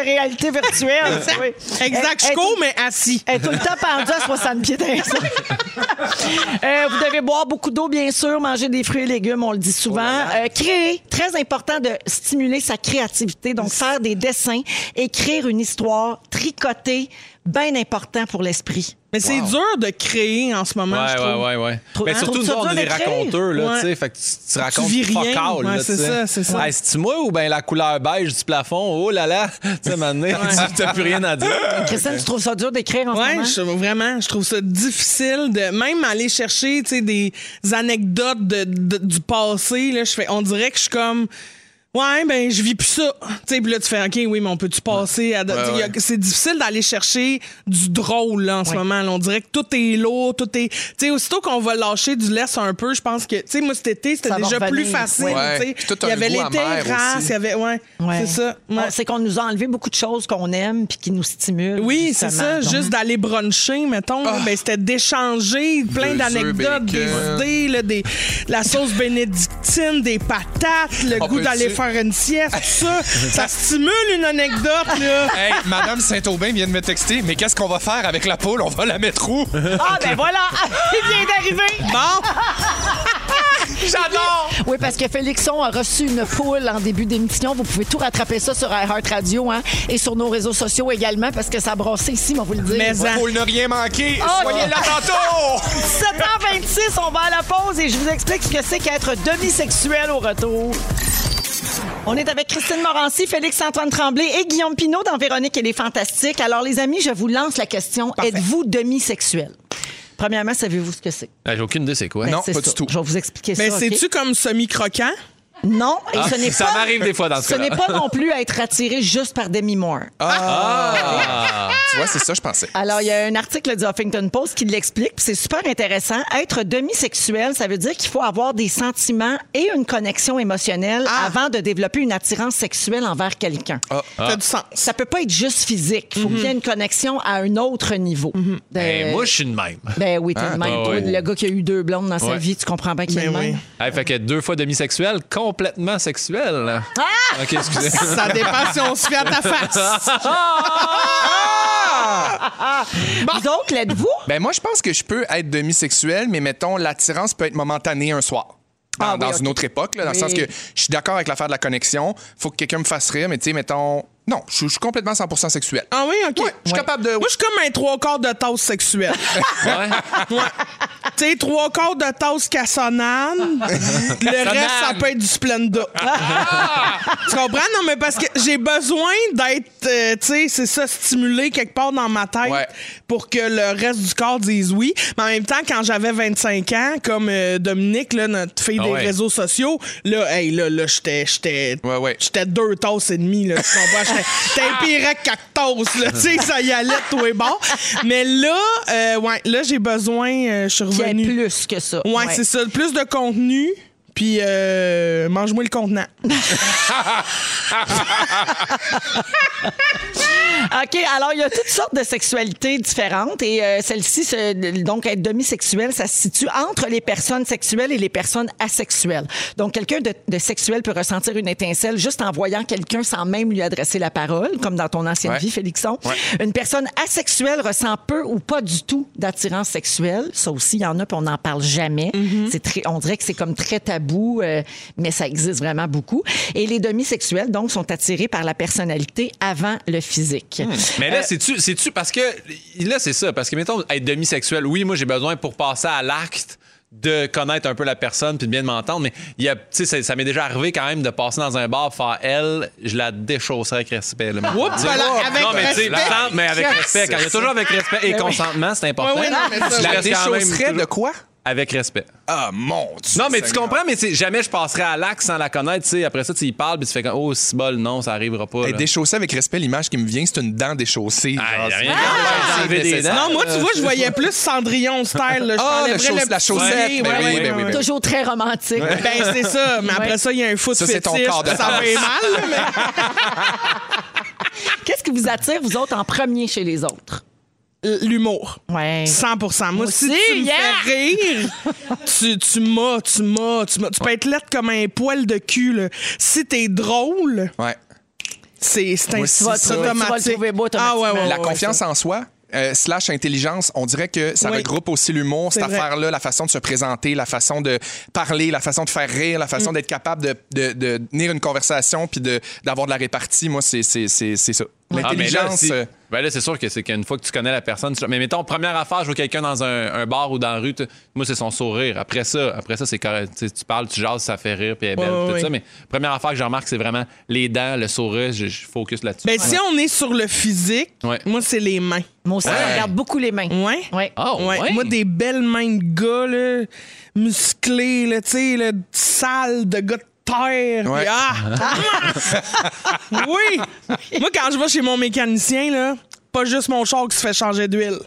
réalité virtuelle. Oui. exact, Elle- je elle- cours, mais assis. Elle est tout le temps pendue à 60 pieds d'un sol. Euh, vous devez boire beaucoup d'eau, bien sûr, manger des fruits et légumes, on le dit souvent. Oh Euh, créer, très important de stimuler sa créativité, donc faire des dessins, écrire une histoire, tricoter, bien important pour l'esprit. Mais c'est dur de créer en ce moment, je Ouais, trouve. ouais, ouais, ouais. Trop- Mais Ben, hein? surtout, Trouves-tu nous, ça on est dur des d'écrire? raconteurs, là, Ouais. tu sais. Fait que tu, tu racontes vis fuck rien. all, Ouais, là, c'est tu sais. ça, c'est ça. Hey, c'est-tu moi ou bien la couleur beige du plafond? Oh là là! Tu sais, maintenant, tu t'as plus rien à dire. Ben, Christine, tu trouves ça dur d'écrire en ce moment? Ouais, je- vraiment, je trouve ça difficile de même aller chercher, tu sais, des anecdotes de, de- du passé. Là, je fais, on dirait que je suis comme, ouais, ben je vis plus ça. Tu sais, puis là tu fais, ok, oui, mais on peut tu passer à, d'autres- Ouais, tu sais, il y a- ouais. C'est difficile d'aller chercher du drôle là, en ce Ouais. moment. là. on dirait que tout est lourd, tout est, tu sais, aussitôt qu'on va lâcher du laisse un peu, je pense que, tu sais, moi cet été c'était Ça va déjà revenir. plus facile. Ouais. tu sais. Puis tout a Il y un avait goût l'été amer race, aussi. il y avait, ouais, Ouais. c'est ça. ouais. On- C'est qu'on nous a enlevé beaucoup de choses qu'on aime puis qui nous stimulent. Oui, c'est justement. ça. Donc, Ah. Juste d'aller bruncher, mettons. là, ben, c'était d'échanger plein Deux d'anecdotes, œufs, des bacon. idées, là, des, la sauce bénédictine, des patates, le On goût peut d'aller Ah, ben, tu- faire une sieste, tout ça. ça stimule une anecdote, là. Hey, Madame Saint-Aubin vient de me texter, mais qu'est-ce qu'on va faire avec la poule? On va la mettre où? Ah, ben voilà! Il vient d'arriver! Bon, J'adore! Oui, parce que Félixon a reçu une poule en début d'émission. Vous pouvez tout rattraper ça sur iHeartRadio hein, et sur nos réseaux sociaux également parce que ça a brassé ici, on va vous le dire. mais hein, en- Poule ne rien manquer! Oh, Soyez non. là tantôt! 7h26, on va à la pause et je vous explique ce que c'est qu'être demi-sexuel au retour. On est avec Christine Morancy, Félix-Antoine Tremblay et Guillaume Pinault dans Véronique et les Fantastiques. Alors, les amis, je vous lance la question. Êtes-vous demi-sexuel? Premièrement, savez-vous ce que c'est? J'ai aucune idée, c'est quoi? Ben, Non, c'est pas ça. du tout. Je vais vous expliquer ben, ça. c'est-tu OK? comme semi-croquant? Non, et ce n'est Ah, ça pas. m'arrive des fois dans ce Ce n'est cas-là. pas non plus à être attiré juste par Demi Moore. Ah! Tu vois, c'est ça, je pensais. Alors, il y a un article du Huffington Post qui l'explique, puis c'est super intéressant. Être demi-sexuel, ça veut dire qu'il faut avoir des sentiments et une connexion émotionnelle Ah. avant de développer une attirance sexuelle envers quelqu'un. Ah. Ça fait du sens. Ça peut pas être juste physique. Il faut qu'il y ait une connexion à un autre niveau. De- Mm-hmm. Ben, moi, je suis de même. Ben oui, t'es le même. Ah, Toi, ouais. Le gars qui a eu deux blondes dans sa Ouais. vie, tu comprends bien qu'il est Ben le oui. même. Hey, fait que deux fois demi-sexuel, complètement sexuel. Ah! Ok, excusez. Ça dépend si on se fait à ta face. Vous autres, l'êtes-vous? Ben moi, je pense que je peux être demi-sexuel, mais mettons, l'attirance peut être momentanée un soir. Dans, Ah oui, dans ok. une autre époque, là, dans le Oui. sens que je suis d'accord avec l'affaire de la connexion. Faut que quelqu'un me fasse rire, mais tu sais, mettons. Non, je suis- je suis complètement 100 sexuel. Ah oui, OK. Ouais, je suis capable de. Moi, je suis comme un trois quarts de tasse sexuelle. Ouais. tu sais, trois quarts de tasse cassonade. le reste, ça peut être du Splenda. Ah! tu comprends? Non, mais parce que j'ai besoin d'être, euh, tu sais, c'est ça, stimulé quelque part dans ma tête Ouais. pour que le reste du corps dise oui. Mais en même temps, quand j'avais 25 ans, comme euh, Dominique, là, notre fille Ah des ouais. réseaux sociaux, là, hey, là, là, j'étais, j'étais, Ouais, ouais. j'étais deux tasses et demie, là, tu comprends? J'étais- J'étais pire que quatre tasses, là, tu sais, ça y allait de tous les bords. Mais là, euh, ouais, là, j'ai besoin, euh, je suis Bien revenue. plus que ça. Ouais, Ouais. c'est ça. Plus de contenu, puis euh, mange-moi le contenant. OK, alors il y a toutes sortes de sexualités différentes et euh, celle-ci, se- donc être demi-sexuelle, ça se situe entre les personnes sexuelles et les personnes asexuelles. Donc quelqu'un de, de sexuel peut ressentir une étincelle juste en voyant quelqu'un sans même lui adresser la parole, comme dans ton ancienne Ouais. vie, Félixon. Une personne asexuelle ressent peu ou pas du tout d'attirance sexuelle. Ça aussi, il y en a, puis on n'en parle jamais. C'est très, on dirait que c'est comme très tabou, euh, mais ça existe vraiment beaucoup. Et les demi-sexuels, donc, sont attirés par la personnalité avant le physique. Mais Euh, là, c'est-tu, c'est-tu parce que. Là, c'est ça. Parce que, mettons, être demi-sexuel, oui, moi, j'ai besoin pour passer à l'acte de connaître un peu la personne puis de bien de m'entendre. Mais il y a, tu sais, ça, ça m'est déjà arrivé quand même de passer dans un bar, faire elle, je la déchausserais avec respect. Là, maintenant. Tu sais, voilà, avec non, mais tu respect. sais, Ben sans- mais avec respect. Quand il y a toujours avec respect et consentement, c'est important. Ouais, ouais, non, mais ça, Je La reste quand même déchausserais de toujours- quoi? Avec respect. Ah, mon Dieu. Non, mais tu Seigneur. comprends, mais tu sais, jamais je passerai à l'acte sans la connaître. tu sais. Après ça, tu y parles, puis tu fais comme, oh, c'est bol, non, ça arrivera pas. Hey, là. déchaussée avec respect, l'image qui me vient, c'est une dent déchaussée. Ah, genre, y a rien c'est- qui empêche d'enlever des nécessaire. dents. Non, moi, tu vois, je voyais plus Cendrillon style. là. Je Ah, le t'enlèverais chauss- le la petit chaussette. collier, Ben oui, ben oui, ben oui. Toujours très romantique. Ben, c'est ça. Mais après ça, il y a un foot Ça, c'est ton fétiche, corps de puis ça va tasse. être mal. là, Qu'est-ce qui vous attire, vous autres, en premier chez les autres? mais- L'humour. Ouais. 100 Moi, Moi si aussi, tu me yeah! fais rire, tu, tu m'as, tu m'as, tu m'as. Tu peux être lettre comme un poil de cul. Là. Si t'es drôle, Ouais. c'est c'est Moi, un si c'est tu vas- tu vas le automatique. trouver beau Ah ouais, ouais, automatiquement. La ouais, ouais, confiance en soi. euh, slash intelligence, on dirait que ça Oui. regroupe aussi l'humour, cette C'est vrai. affaire-là, la façon de se présenter, la façon de parler, la façon de faire rire, la façon d'être capable de, de, de tenir une conversation puis de- d'avoir de, la répartie. Moi, c'est c'est- c'est- c'est ça. Ah, mais là, L'intelligence. si- euh, ben là, c'est sûr que c'est qu'une fois que tu connais la personne. tu- Mais mettons, première affaire, je vois quelqu'un dans un, un bar ou dans la rue. tu- Moi, c'est son sourire. Après ça, après ça c'est correct. Tu sais, tu parles, tu jases, ça fait rire, puis elle est belle, Ouais, tout ouais, ça. Mais première affaire que je remarque, c'est vraiment les dents, le sourire. Je, je focus là-dessus. Ben, si on est sur le physique, Ouais. moi, c'est les mains. Moi aussi, je regarde beaucoup les mains. Ouais. Ouais. Ah, Ouais. ouais. Moi, des belles mains de gars, là, musclées, là, tu sais, là, sales, de gars de terre. Ouais. puis Ah! oui! Moi, quand je vais chez mon mécanicien, là, pas juste mon char qui se fait changer d'huile.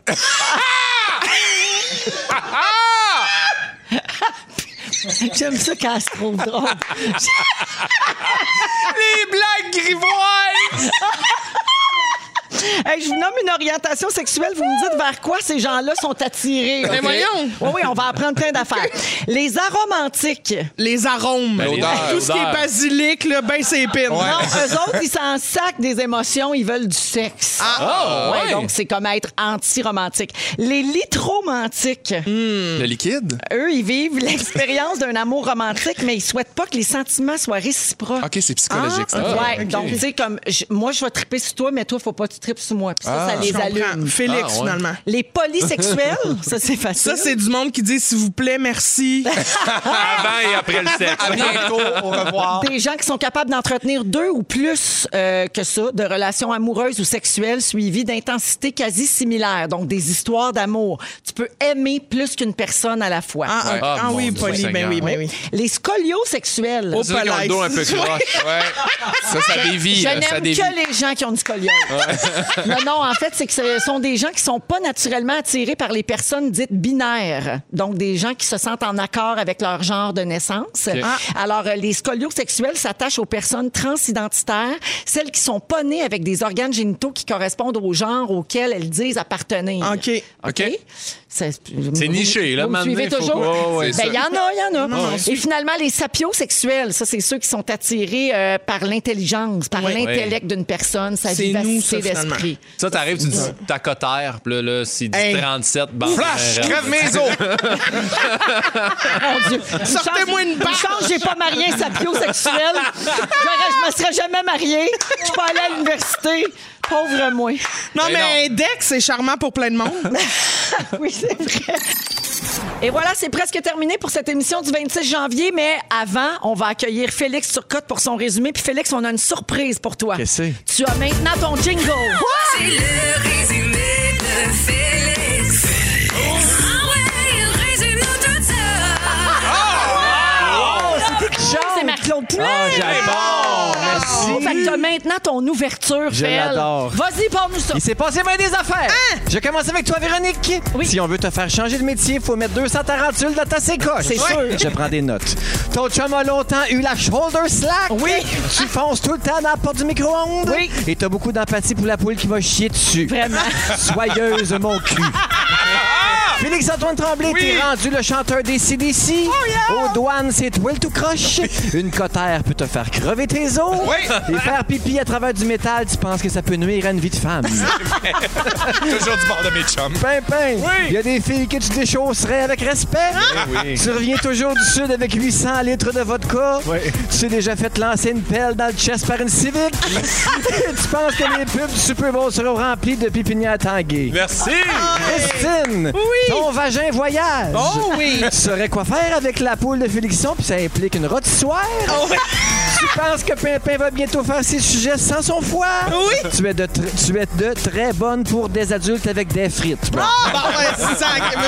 J'aime ça quand elle se trouve drôle. Les blagues grivoises! Hey, je vous nomme une orientation sexuelle. Vous me dites vers quoi ces gens-là sont attirés. ok? voyons! Oui, oui, on va apprendre plein d'affaires. Les aromantiques. Les arômes. Ben, l'odeur. Tout ce qui est L'odeur. basilic, là, ben, c'est épine. Non, Ah, eux autres, ils s'en sacent des émotions, ils veulent du sexe. Ah, Ouais, ouais. Donc, c'est comme être anti-romantique. Les litromantiques. Le liquide? Eux, ils vivent l'expérience d'un amour romantique, mais ils souhaitent pas que les sentiments soient réciproques. Ah, OK, c'est psychologique, ça. ouais, OK. donc tu sais comme je- moi je vais triper sur toi mais toi faut pas que tu tripes sur moi. Puis ça Ah. ça les Je comprends. allume. Félix, Ah, ouais. finalement. Les polysexuels, ça c'est facile. Ça, c'est du monde qui dit, s'il vous plaît, merci. Avant et après le sexe. À bientôt, au revoir. des gens qui sont capables d'entretenir deux ou plus euh, que ça de relations amoureuses ou sexuelles suivies d'intensité quasi similaire, donc des histoires d'amour. Tu peux aimer plus qu'une personne à la fois. Ah, ah, Ouais. ah Ah, oui, mon Polly, Dieu ben oui, ben oui. Les scoliosexuels. Oh, Je c'est C'est ceux qui ont le dos un peu croche. Ouais. Ça, ça dévie. là, n'aime euh, ça dévie. que les gens qui ont du scoliose. non, non, en fait, c'est que ce sont des gens qui sont pas naturellement attirés par les personnes dites binaires. Donc, des gens qui se sentent en accord avec leur genre de naissance. Alors, euh, les scoliosexuels s'attachent aux personnes transidentitaires, celles qui sont pas nées avec des organes génitaux qui correspondent au genre auquel elles disent appartenir. OK. OK? C'est C'est niché, là, Vous me maintenant, suivez il faut- toujours? Ouais, ouais, Ben, il y en a, il y en a. Non, Et finalement, les sapiosexuels, ça, c'est ceux qui sont attirés euh, par l'intelligence, par l'intellect d'une personne, sa C'est nous, vivacité ça, finalement. d'esprit. Ça, t'arrives, tu dis ta cotère, puis là, là c'est dit Hey. 37 bandes. Euh, Flash, crève mes os. Mon Dieu. Sortez-moi une barre. Chance, j'ai pas marié un sapiosexuel. J'aurais- je me serais jamais mariée. Je suis pas allée à l'université. Pauvre moi. Non, Ben mais Dex, c'est charmant pour plein de monde. Oui, c'est vrai. Et voilà, c'est presque terminé pour cette émission du 26 janvier, mais avant, on va accueillir Félix Turcotte pour son résumé. Puis Félix, on a une surprise pour toi. Qu'est-ce que Tu as maintenant ton jingle. C'est le résumé de Félix. Ah ouais, il résume tout ça. Genre, c'est Marc-Claude Poulin. Ah, j'adore! Bravo. Fait que t'as maintenant ton ouverture, Je Phil. l'adore. Vas-y, parle-nous ça. Il s'est passé bien des affaires. Je commence avec toi, Véronique. Hein? Oui. Si on veut te faire changer de métier, faut mettre 200 tarentules dans ta sécoche. C'est sûr. Je prends des notes. Ton chum a longtemps eu la shoulder slack. Oui. Tu fonces tout le temps dans la porte du micro-ondes. Oui. Et t'as beaucoup d'empathie pour la poule qui va chier dessus. Vraiment. Soyeuse, mon cul. Félix-Antoine Tremblay, t'es rendu le chanteur des CDC. Oh, Aux douanes, c'est Will to Crush. Une cotère peut te faire crever tes os. Et faire pipi à travers du métal, tu penses que ça peut nuire à une vie de femme. Toujours du bord de mes chums. Pimpin, il y a des filles que tu déchausserais avec respect. hein? Tu reviens toujours du sud avec 800 litres de vodka. Tu t'es déjà fait lancer une pelle dans le chest par une civique. tu penses que les pubs du Super Bowl seront remplies de pépinières tanguées. Merci! Christine, ton vagin voyage. Oh oui! Tu saurais quoi faire avec la poule de Félixon, puis ça implique une rôtissoire. tu penses que Pimpin va bientôt faire ses sujets sans son foie? Oui. Tu es de, tr- tu es de très bonne pour des adultes avec des frites. Bon. Ah, bon, ouais, c'est ça.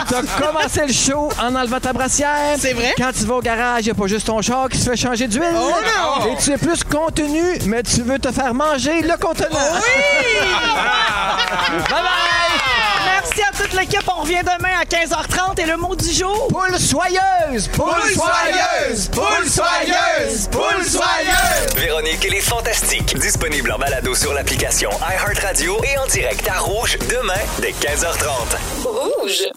T'as commencé le show en enlevant ta brassière. C'est vrai. Quand tu vas au garage, y a pas juste ton char qui se fait changer d'huile. Oh non! Et tu es plus contenu, mais tu veux te faire manger le contenant. Merci à toute l'équipe. On revient demain à 15h30 et le mot du jour. Poule soyeuse! Poule soyeuse! Poule soyeuse! Poule soyeuse! Véronique et les Fantastiques. Disponible en balado sur l'application iHeartRadio et en direct à Rouge demain dès 15h30. Rouge.